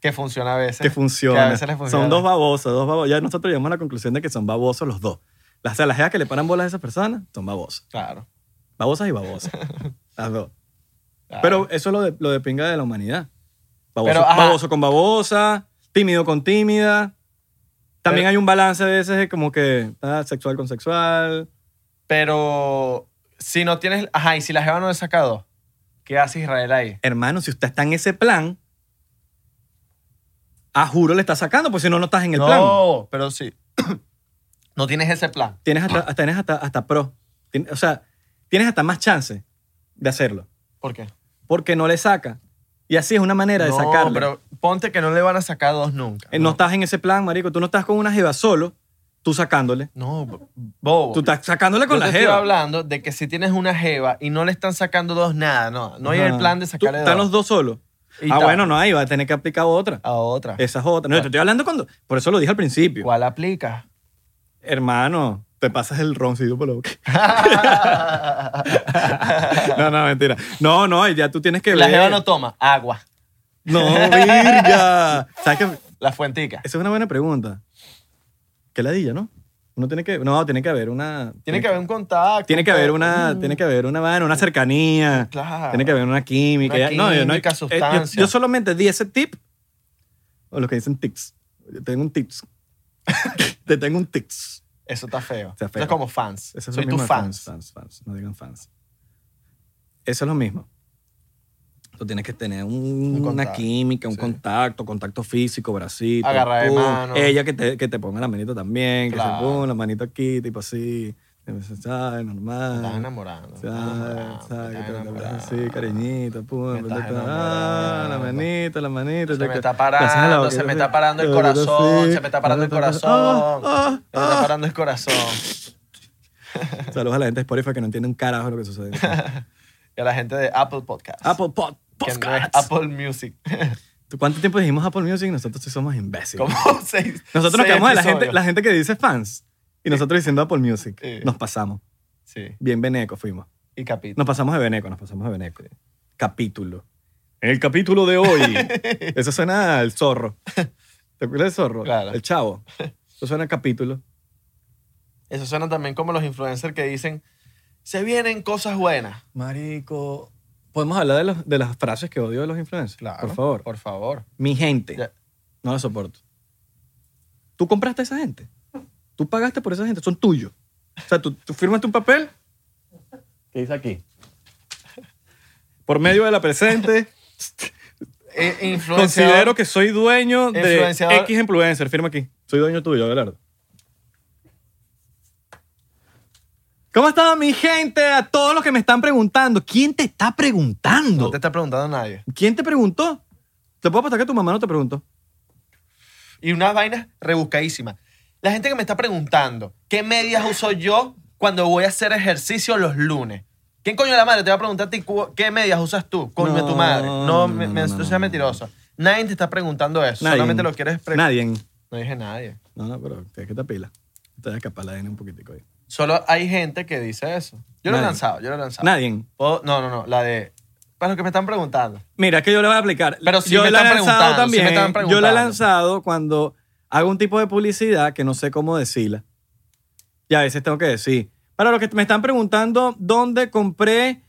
[SPEAKER 1] Que funciona a veces.
[SPEAKER 2] Que
[SPEAKER 1] Que a
[SPEAKER 2] funciona.
[SPEAKER 1] veces les funciona.
[SPEAKER 2] Son dos babosos, dos babosos. Ya nosotros llegamos a la conclusión de que son babosos los dos. Las, o sea, las jeas que le paran bolas a esas personas son babosas.
[SPEAKER 1] Claro.
[SPEAKER 2] Babosas y babosas. las dos.
[SPEAKER 1] claro.
[SPEAKER 2] Pero eso es lo de, lo de pinga de la humanidad. Baboso,
[SPEAKER 1] Ah. Pero, ajá.
[SPEAKER 2] baboso con babosa, tímido con tímida. También
[SPEAKER 1] Pero-
[SPEAKER 2] hay un balance a veces de como que ah, sexual con sexual.
[SPEAKER 1] Pero si no tienes. Ajá, y si la jeva no le saca dos, ¿qué hace Israel ahí?
[SPEAKER 2] hermano, si usted está en ese plan, a juro le está sacando, pues si no, no estás en el
[SPEAKER 1] no,
[SPEAKER 2] plan.
[SPEAKER 1] pero sí. no tienes ese plan.
[SPEAKER 2] Tienes hasta, hasta- tienes hasta, hasta pro. Tien- o sea, tienes hasta más chance de hacerlo.
[SPEAKER 1] ¿Por qué?
[SPEAKER 2] Porque no le saca. Y así es una manera de sacarle.
[SPEAKER 1] pero ponte que no le van a sacar dos nunca.
[SPEAKER 2] Eh, no. estás en ese plan, marico. Tú no estás con una jeva solo, tú sacándole.
[SPEAKER 1] No, bo- bobo.
[SPEAKER 2] Tú estás sacándole con
[SPEAKER 1] Yo
[SPEAKER 2] la
[SPEAKER 1] te estoy
[SPEAKER 2] jeva.
[SPEAKER 1] hablando de que si tienes una jeva y no le están sacando dos nada, no, no hay
[SPEAKER 2] Ajá.
[SPEAKER 1] el plan de
[SPEAKER 2] Tú-
[SPEAKER 1] sacarle
[SPEAKER 2] Están los
[SPEAKER 1] dos
[SPEAKER 2] dos solos.
[SPEAKER 1] Y Ah.
[SPEAKER 2] ah,
[SPEAKER 1] tal.
[SPEAKER 2] bueno, no, ahí va a tener que aplicar otra.
[SPEAKER 1] a otra.
[SPEAKER 2] Esa es otra. No, yo te estoy hablando cuando... Por eso lo dije al principio.
[SPEAKER 1] ¿Cuál aplica?
[SPEAKER 2] Hermano, te pasas el roncito por la boca. No, no, mentira. No, no, y ya tú tienes que
[SPEAKER 1] la
[SPEAKER 2] ver.
[SPEAKER 1] jeva no toma agua,
[SPEAKER 2] No, virga. ¿Sabes qué? Esa
[SPEAKER 1] la fuentica.
[SPEAKER 2] es una buena pregunta. Qué ladilla, ¿no? Uno tiene que. No, tiene que haber una.
[SPEAKER 1] Tiene que haber un contacto.
[SPEAKER 2] Tiene que haber
[SPEAKER 1] un-
[SPEAKER 2] una. Tiene que haber una vaina, una cercanía.
[SPEAKER 1] Claro.
[SPEAKER 2] Tiene que haber una química.
[SPEAKER 1] Ah, Una
[SPEAKER 2] ya- no, yo no.
[SPEAKER 1] química,
[SPEAKER 2] eh, yo-
[SPEAKER 1] sustancia.
[SPEAKER 2] Yo, solamente di ese tip. O lo que dicen tips. Yo tengo un tips. Te tengo un tips.
[SPEAKER 1] Eso está feo.
[SPEAKER 2] Está
[SPEAKER 1] Eso
[SPEAKER 2] feo.
[SPEAKER 1] es como fans.
[SPEAKER 2] Eso es
[SPEAKER 1] Soy
[SPEAKER 2] lo mismo
[SPEAKER 1] tu
[SPEAKER 2] de
[SPEAKER 1] fans.
[SPEAKER 2] fans, fans, fans. No digan fans. Eso es lo mismo. Tú tienes que tener un- una
[SPEAKER 1] contacto,
[SPEAKER 2] química, un
[SPEAKER 1] sí.
[SPEAKER 2] contacto, contacto físico, bracito.
[SPEAKER 1] Agarrar de
[SPEAKER 2] pum.
[SPEAKER 1] mano.
[SPEAKER 2] Ella que te, que te ponga la manito también, que
[SPEAKER 1] Claro.
[SPEAKER 2] se ponga la manito aquí, tipo así. ¿Sabes? Normal.
[SPEAKER 1] Estás enamorando. estás
[SPEAKER 2] ¿Sabes?
[SPEAKER 1] enamorando,
[SPEAKER 2] ¿Sabes? Que
[SPEAKER 1] estás
[SPEAKER 2] Ah. te lo
[SPEAKER 1] enamorando.
[SPEAKER 2] abrazas así, cariñito, pum.
[SPEAKER 1] Me estás
[SPEAKER 2] ah, la
[SPEAKER 1] enamorando.
[SPEAKER 2] manito, la manito.
[SPEAKER 1] Se me
[SPEAKER 2] te-
[SPEAKER 1] está
[SPEAKER 2] te haces la
[SPEAKER 1] parando,
[SPEAKER 2] boquita
[SPEAKER 1] se me
[SPEAKER 2] así.
[SPEAKER 1] está parando el
[SPEAKER 2] Te
[SPEAKER 1] corazón,
[SPEAKER 2] así.
[SPEAKER 1] se me está parando el
[SPEAKER 2] Ah,
[SPEAKER 1] corazón,
[SPEAKER 2] ah,
[SPEAKER 1] se me está parando el corazón.
[SPEAKER 2] Saludos a la gente de Spotify que no entiende un carajo lo que sucede.
[SPEAKER 1] Y a la gente de Apple Podcast.
[SPEAKER 2] Apple Pod-
[SPEAKER 1] que no es
[SPEAKER 2] Podcasts.
[SPEAKER 1] Apple Music.
[SPEAKER 2] ¿Tú ¿Cuánto tiempo dijimos Apple Music? Nosotros sí somos imbéciles.
[SPEAKER 1] Como seis.
[SPEAKER 2] Nosotros
[SPEAKER 1] seis
[SPEAKER 2] nos quedamos de la
[SPEAKER 1] episodios.
[SPEAKER 2] gente, la gente que dice fans. Y nosotros diciendo Apple Music.
[SPEAKER 1] Sí.
[SPEAKER 2] Nos pasamos.
[SPEAKER 1] Sí,
[SPEAKER 2] Bien veneco fuimos.
[SPEAKER 1] y capítulo.
[SPEAKER 2] Nos pasamos de veneco, nos pasamos de veneco. Capítulo. En el capítulo de hoy. Eso suena al zorro. ¿Te acuerdas del zorro?
[SPEAKER 1] Claro.
[SPEAKER 2] El chavo. Eso suena a capítulo.
[SPEAKER 1] Eso suena también como los influencers que dicen: se vienen cosas buenas.
[SPEAKER 2] Marico. ¿Podemos hablar de, los- de las frases que odio de los influencers? Por favor.
[SPEAKER 1] Por favor.
[SPEAKER 2] Mi gente.
[SPEAKER 1] Ya.
[SPEAKER 2] No la soporto. Tú compraste a esa gente. Tú pagaste por esa gente. Son tuyos. O sea, tú, tú firmaste un papel. ¿Qué dice aquí? Por medio de la presente,
[SPEAKER 1] Eh, influenciador-
[SPEAKER 2] Ah. considero que soy dueño de
[SPEAKER 1] Influenciador.
[SPEAKER 2] X influencer. Firma aquí. Soy dueño tuyo, Abelardo. ¿Cómo está mi gente? A todos los que me están preguntando. ¿Quién te está preguntando?
[SPEAKER 1] No te está preguntando nadie.
[SPEAKER 2] ¿Quién te preguntó? Te puedo apostar que tu mamá no te preguntó.
[SPEAKER 1] Y unas vainas rebuscadísimas. La gente que me está preguntando, ¿qué medias uso yo cuando voy a hacer ejercicio los lunes? ¿Quién coño de la madre te va a preguntar a ti cu- qué medias usas tú? Coño de tu
[SPEAKER 2] No,
[SPEAKER 1] madre.
[SPEAKER 2] no,
[SPEAKER 1] No, me,
[SPEAKER 2] no,
[SPEAKER 1] me-
[SPEAKER 2] no,
[SPEAKER 1] tú
[SPEAKER 2] no.
[SPEAKER 1] seas mentiroso. Nadie te está preguntando eso.
[SPEAKER 2] Nadie.
[SPEAKER 1] Solamente lo quieres preguntar.
[SPEAKER 2] Nadie.
[SPEAKER 1] No dije nadie.
[SPEAKER 2] No, no, pero es que te pila. Te voy a escapar la N un poquitico ahí.
[SPEAKER 1] Solo hay gente que dice eso. Yo lo he
[SPEAKER 2] Nadie.
[SPEAKER 1] lanzado, yo lo he lanzado.
[SPEAKER 2] Nadie.
[SPEAKER 1] Puedo- No, no, no. La de. Para los que me están preguntando.
[SPEAKER 2] Mira, es que yo le voy a aplicar.
[SPEAKER 1] Pero sí
[SPEAKER 2] yo
[SPEAKER 1] me
[SPEAKER 2] la he
[SPEAKER 1] están
[SPEAKER 2] lanzado
[SPEAKER 1] preguntando, sí
[SPEAKER 2] también.
[SPEAKER 1] me están
[SPEAKER 2] yo la
[SPEAKER 1] preguntando.
[SPEAKER 2] he lanzado cuando hago un tipo de publicidad que no sé cómo decirla. Y a veces tengo que decir. Para los que me están preguntando dónde compré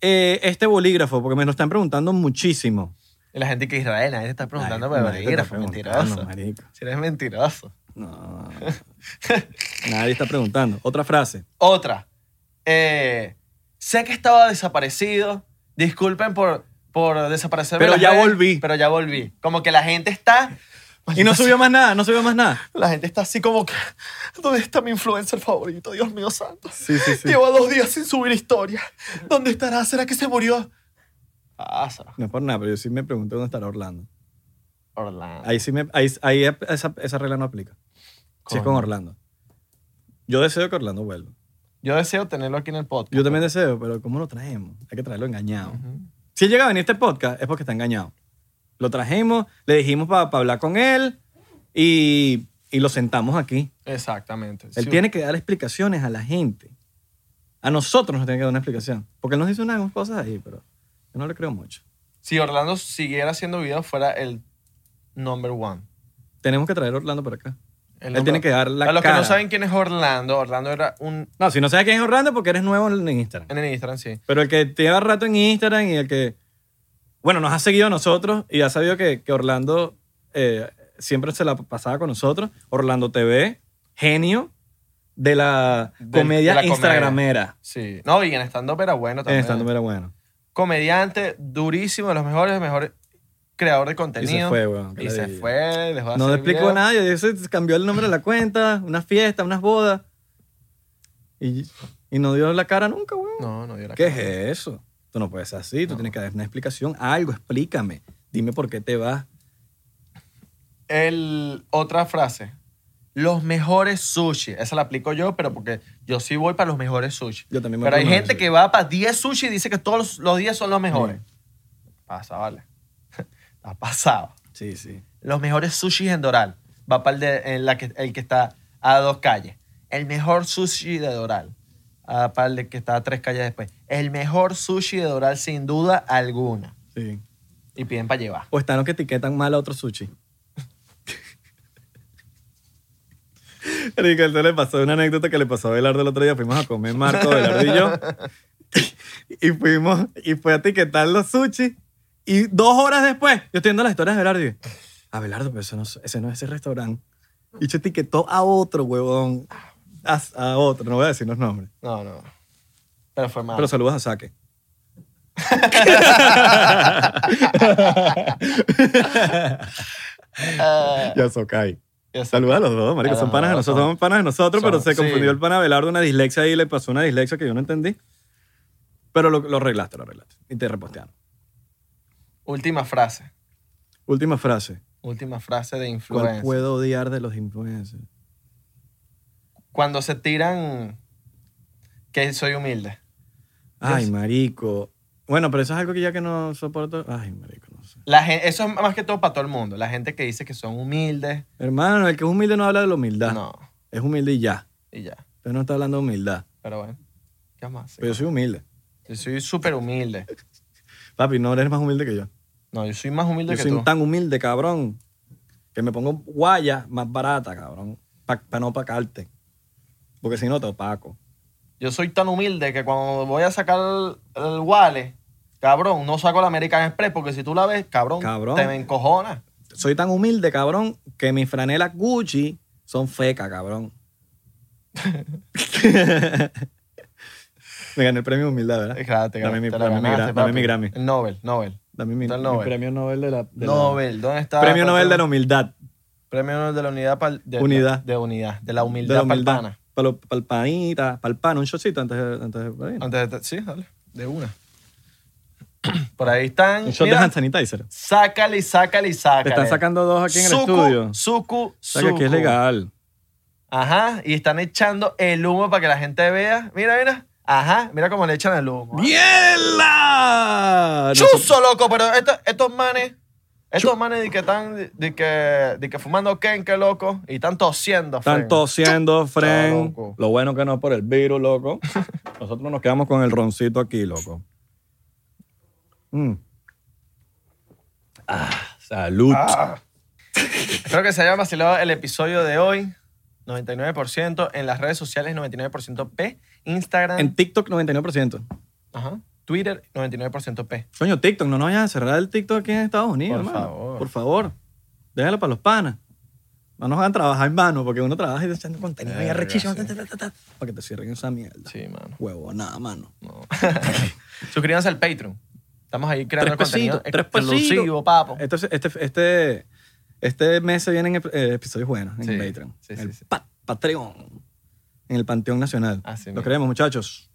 [SPEAKER 2] eh, este bolígrafo, porque me lo están preguntando muchísimo.
[SPEAKER 1] Y la gente que Israel, nadie te está preguntando por el
[SPEAKER 2] Ay, nadie te está
[SPEAKER 1] bolígrafo,
[SPEAKER 2] preguntando,
[SPEAKER 1] mentiroso.
[SPEAKER 2] marico.
[SPEAKER 1] Si eres mentiroso.
[SPEAKER 2] No. Nadie está preguntando. Otra frase.
[SPEAKER 1] Otra. Eh, sé que estaba desaparecido. Disculpen por, por desaparecerme.
[SPEAKER 2] Pero
[SPEAKER 1] en las
[SPEAKER 2] ya volví.
[SPEAKER 1] Pero ya volví. Como que la gente está.
[SPEAKER 2] Y no subió más nada, no subió más nada.
[SPEAKER 1] La gente está así como que. ¿Dónde está mi influencer favorito? Dios mío santo.
[SPEAKER 2] Sí, sí, sí.
[SPEAKER 1] Llevo dos días sin subir historia. ¿Dónde estará? ¿Será que se murió? Pasa.
[SPEAKER 2] No es por nada, pero yo sí me pregunté dónde estará Orlando.
[SPEAKER 1] Orlando.
[SPEAKER 2] Ahí sí me. Ahí, ahí esa, esa regla no aplica. Si es con
[SPEAKER 1] Coño.
[SPEAKER 2] Orlando. Yo deseo que Orlando vuelva.
[SPEAKER 1] Yo deseo tenerlo aquí en el podcast.
[SPEAKER 2] Yo también deseo, pero ¿cómo lo traemos? Hay que traerlo engañado.
[SPEAKER 1] Ujú.
[SPEAKER 2] Si él llega a venir este podcast, es porque está engañado. Lo trajimos, le dijimos para hablar con él y, y lo sentamos aquí.
[SPEAKER 1] Exactamente.
[SPEAKER 2] Él
[SPEAKER 1] Sí.
[SPEAKER 2] tiene que dar explicaciones a la gente. A nosotros nos tiene que dar una explicación. Porque él nos dice unas cosas ahí, pero yo no le creo mucho.
[SPEAKER 1] Si Orlando siguiera haciendo videos, fuera el number one.
[SPEAKER 2] Tenemos que traer a Orlando para acá.
[SPEAKER 1] El
[SPEAKER 2] Él
[SPEAKER 1] number-
[SPEAKER 2] tiene que dar la
[SPEAKER 1] Para los
[SPEAKER 2] cara.
[SPEAKER 1] que no saben quién es Orlando, Orlando era un...
[SPEAKER 2] No, si no sabes quién es Orlando, porque eres nuevo en Instagram.
[SPEAKER 1] En el Instagram, sí.
[SPEAKER 2] Pero el que lleva rato en Instagram y el que, bueno, nos ha seguido a nosotros y ha sabido que, que Orlando eh, siempre se la pasaba con nosotros. Orlando TV, genio de la
[SPEAKER 1] Del-
[SPEAKER 2] comedia
[SPEAKER 1] de la comedia.
[SPEAKER 2] instagramera.
[SPEAKER 1] Sí. No, y en stand-up era bueno
[SPEAKER 2] En
[SPEAKER 1] también.
[SPEAKER 2] stand-up era bueno.
[SPEAKER 1] Comediante, durísimo, de los mejores, el mejor creador de
[SPEAKER 2] Y se
[SPEAKER 1] contenido.
[SPEAKER 2] fue, weón.
[SPEAKER 1] Y se fue, dejó de
[SPEAKER 2] No
[SPEAKER 1] hacer
[SPEAKER 2] le explicó
[SPEAKER 1] videos.
[SPEAKER 2] nada. y eso cambió el nombre de la cuenta, una fiesta, unas bodas. Y, y no dio la cara nunca, weón.
[SPEAKER 1] No, no dio la
[SPEAKER 2] ¿Qué es
[SPEAKER 1] cara.
[SPEAKER 2] eso? Tú no puedes ser así, tú
[SPEAKER 1] No.
[SPEAKER 2] tienes que dar una explicación, algo, explícame. Dime por qué te vas.
[SPEAKER 1] El, otra frase. Los mejores sushi. Esa la aplico yo, pero porque yo sí voy para los mejores sushi.
[SPEAKER 2] Yo también me
[SPEAKER 1] Pero hay
[SPEAKER 2] pongo
[SPEAKER 1] gente
[SPEAKER 2] así.
[SPEAKER 1] que va para 10 sushi y dice que todos los, los días son los mejores. Pasa, vale. ha pasado.
[SPEAKER 2] Sí, sí.
[SPEAKER 1] Los mejores sushis en Doral. Va para el, de, en la que, el que está a dos calles. El mejor sushi de Doral. Ah, para el de que está a tres calles después. El mejor sushi de Doral, sin duda alguna.
[SPEAKER 2] sí.
[SPEAKER 1] Y piden para llevar.
[SPEAKER 2] O están los que etiquetan mal a otro sushi. Rico, esto le pasó una anécdota que le pasó a Belardo el otro día. Fuimos a comer Marco, Belardo y yo. Y fuimos, y fue a etiquetar los sushi. Y dos horas después, yo estoy viendo las historias de Belardo y a Belardo, pero eso no, es- ese no es ese restaurante. Y se etiquetó a otro, huevón. A, a otro, no voy a decir los nombres.
[SPEAKER 1] No, no. Pero fue malo.
[SPEAKER 2] Pero saludos a Saque. Ya Sokai.
[SPEAKER 1] Ah, Ya sé.
[SPEAKER 2] Saluda a los dos, marico.
[SPEAKER 1] A los
[SPEAKER 2] Son panas de
[SPEAKER 1] dos,
[SPEAKER 2] nosotros,
[SPEAKER 1] son-
[SPEAKER 2] son panas de nosotros, pero
[SPEAKER 1] son-
[SPEAKER 2] se
[SPEAKER 1] sí.
[SPEAKER 2] confundió el pana Abelardo una dislexia y le pasó una dislexia que yo no entendí. Pero lo, lo arreglaste, lo arreglaste. Y te repostearon.
[SPEAKER 1] Última frase.
[SPEAKER 2] Última frase.
[SPEAKER 1] Última frase de
[SPEAKER 2] ¿Cuál
[SPEAKER 1] influencer.
[SPEAKER 2] puedo odiar de los influencers?
[SPEAKER 1] Cuando se tiran que soy humilde.
[SPEAKER 2] Ay,
[SPEAKER 1] Dios.
[SPEAKER 2] marico. Bueno, pero eso es algo que ya que no soporto. Ay, marico, no sé.
[SPEAKER 1] La gen- eso es más que todo para todo el mundo. La gente que dice que son humildes.
[SPEAKER 2] Hermano, el que es humilde no habla de la humildad.
[SPEAKER 1] No.
[SPEAKER 2] Es humilde y ya.
[SPEAKER 1] Y ya.
[SPEAKER 2] Usted no está hablando de humildad.
[SPEAKER 1] Pero bueno. ¿Qué más?
[SPEAKER 2] Pero yo soy humilde.
[SPEAKER 1] Yo soy súper humilde.
[SPEAKER 2] Papi, no eres más humilde que yo.
[SPEAKER 1] No, yo soy más humilde
[SPEAKER 2] Yo
[SPEAKER 1] que
[SPEAKER 2] soy
[SPEAKER 1] tú.
[SPEAKER 2] tan humilde, cabrón, que me pongo guaya más barata, cabrón, para no opacarte. Porque si no, te opaco.
[SPEAKER 1] Yo soy tan humilde que cuando voy a sacar el, el wallet, cabrón, no saco la American Express porque si tú la ves, cabrón,
[SPEAKER 2] Cabrón.
[SPEAKER 1] te me encojona.
[SPEAKER 2] Soy tan humilde, cabrón, que mis franelas Gucci son feca, cabrón. me gané el premio de humildad, ¿verdad?
[SPEAKER 1] Fíjate,
[SPEAKER 2] Dame mi-
[SPEAKER 1] te la
[SPEAKER 2] dame mi
[SPEAKER 1] ganaste,
[SPEAKER 2] gra- dame
[SPEAKER 1] papi.
[SPEAKER 2] mi Grammy.
[SPEAKER 1] El Nobel, Nobel.
[SPEAKER 2] Dame mi,
[SPEAKER 1] Está el
[SPEAKER 2] mi
[SPEAKER 1] Nobel.
[SPEAKER 2] premio Nobel de la... de la-
[SPEAKER 1] Nobel, ¿dónde está?
[SPEAKER 2] premio
[SPEAKER 1] Papi?
[SPEAKER 2] Nobel de la humildad.
[SPEAKER 1] Premio Nobel de la unidad. pal- de,
[SPEAKER 2] Unidad.
[SPEAKER 1] De unidad. De la
[SPEAKER 2] de la
[SPEAKER 1] humildad,
[SPEAKER 2] humildad.
[SPEAKER 1] palpana.
[SPEAKER 2] Para el panita, para el pan, un shotcito antes de... Antes de- un
[SPEAKER 1] Antes de- sí, dale. De una. Por ahí están.
[SPEAKER 2] shot de
[SPEAKER 1] Ah, mira,
[SPEAKER 2] hand sanitizer.
[SPEAKER 1] Sácale, sácale,
[SPEAKER 2] Te
[SPEAKER 1] sácale.
[SPEAKER 2] están sacando dos aquí en el
[SPEAKER 1] Suku,
[SPEAKER 2] estudio.
[SPEAKER 1] Suku,
[SPEAKER 2] O sea, que aquí es
[SPEAKER 1] suku.
[SPEAKER 2] legal.
[SPEAKER 1] Ajá, y están echando el humo para que la gente vea. Mira, mira. Ajá, mira cómo le echan el humo.
[SPEAKER 2] ¡Biela!
[SPEAKER 1] ¡Chuzo, loco! Pero esto- estos manes, estos manes de que están, de- de que, de que fumando kenke, loco, y están tosiendo.
[SPEAKER 2] Están
[SPEAKER 1] friend.
[SPEAKER 2] tosiendo, Fren.
[SPEAKER 1] loco.
[SPEAKER 2] Lo bueno que no es por el virus, loco. Nosotros nos quedamos con el roncito aquí, loco. Mm. Ah, salud.
[SPEAKER 1] Ah. Espero que se haya vacilado el episodio de hoy. 99% en las redes sociales, 99% P. Instagram,
[SPEAKER 2] En TikTok, 99%.
[SPEAKER 1] ajá, Twitter, 99% P.
[SPEAKER 2] Coño, TikTok, no nos vayan a cerrar el TikTok aquí en Estados Unidos,
[SPEAKER 1] Por
[SPEAKER 2] hermano.
[SPEAKER 1] favor.
[SPEAKER 2] Por favor. Déjalo para los panas. No nos hagan trabajar en vano, porque uno trabaja y está haciendo contenido y
[SPEAKER 1] Verga,
[SPEAKER 2] arrechísimo.
[SPEAKER 1] sí.
[SPEAKER 2] ta, ta, ta, ta, Para que te cierren esa mierda.
[SPEAKER 1] Sí, mano.
[SPEAKER 2] Huevo, nada, mano.
[SPEAKER 1] no. Suscríbanse al Patreon. Estamos ahí creando
[SPEAKER 2] Tres
[SPEAKER 1] contenido
[SPEAKER 2] pesitos, tres pesitos.
[SPEAKER 1] exclusivo, papo.
[SPEAKER 2] Entonces, este, este, este mes se vienen ep- eh, episodios buenos en
[SPEAKER 1] Sí,
[SPEAKER 2] Patreon.
[SPEAKER 1] sí, sí,
[SPEAKER 2] el
[SPEAKER 1] sí.
[SPEAKER 2] Pa- Patreon. En el Panteón Nacional.
[SPEAKER 1] Así
[SPEAKER 2] Lo
[SPEAKER 1] mismo.
[SPEAKER 2] creemos, muchachos.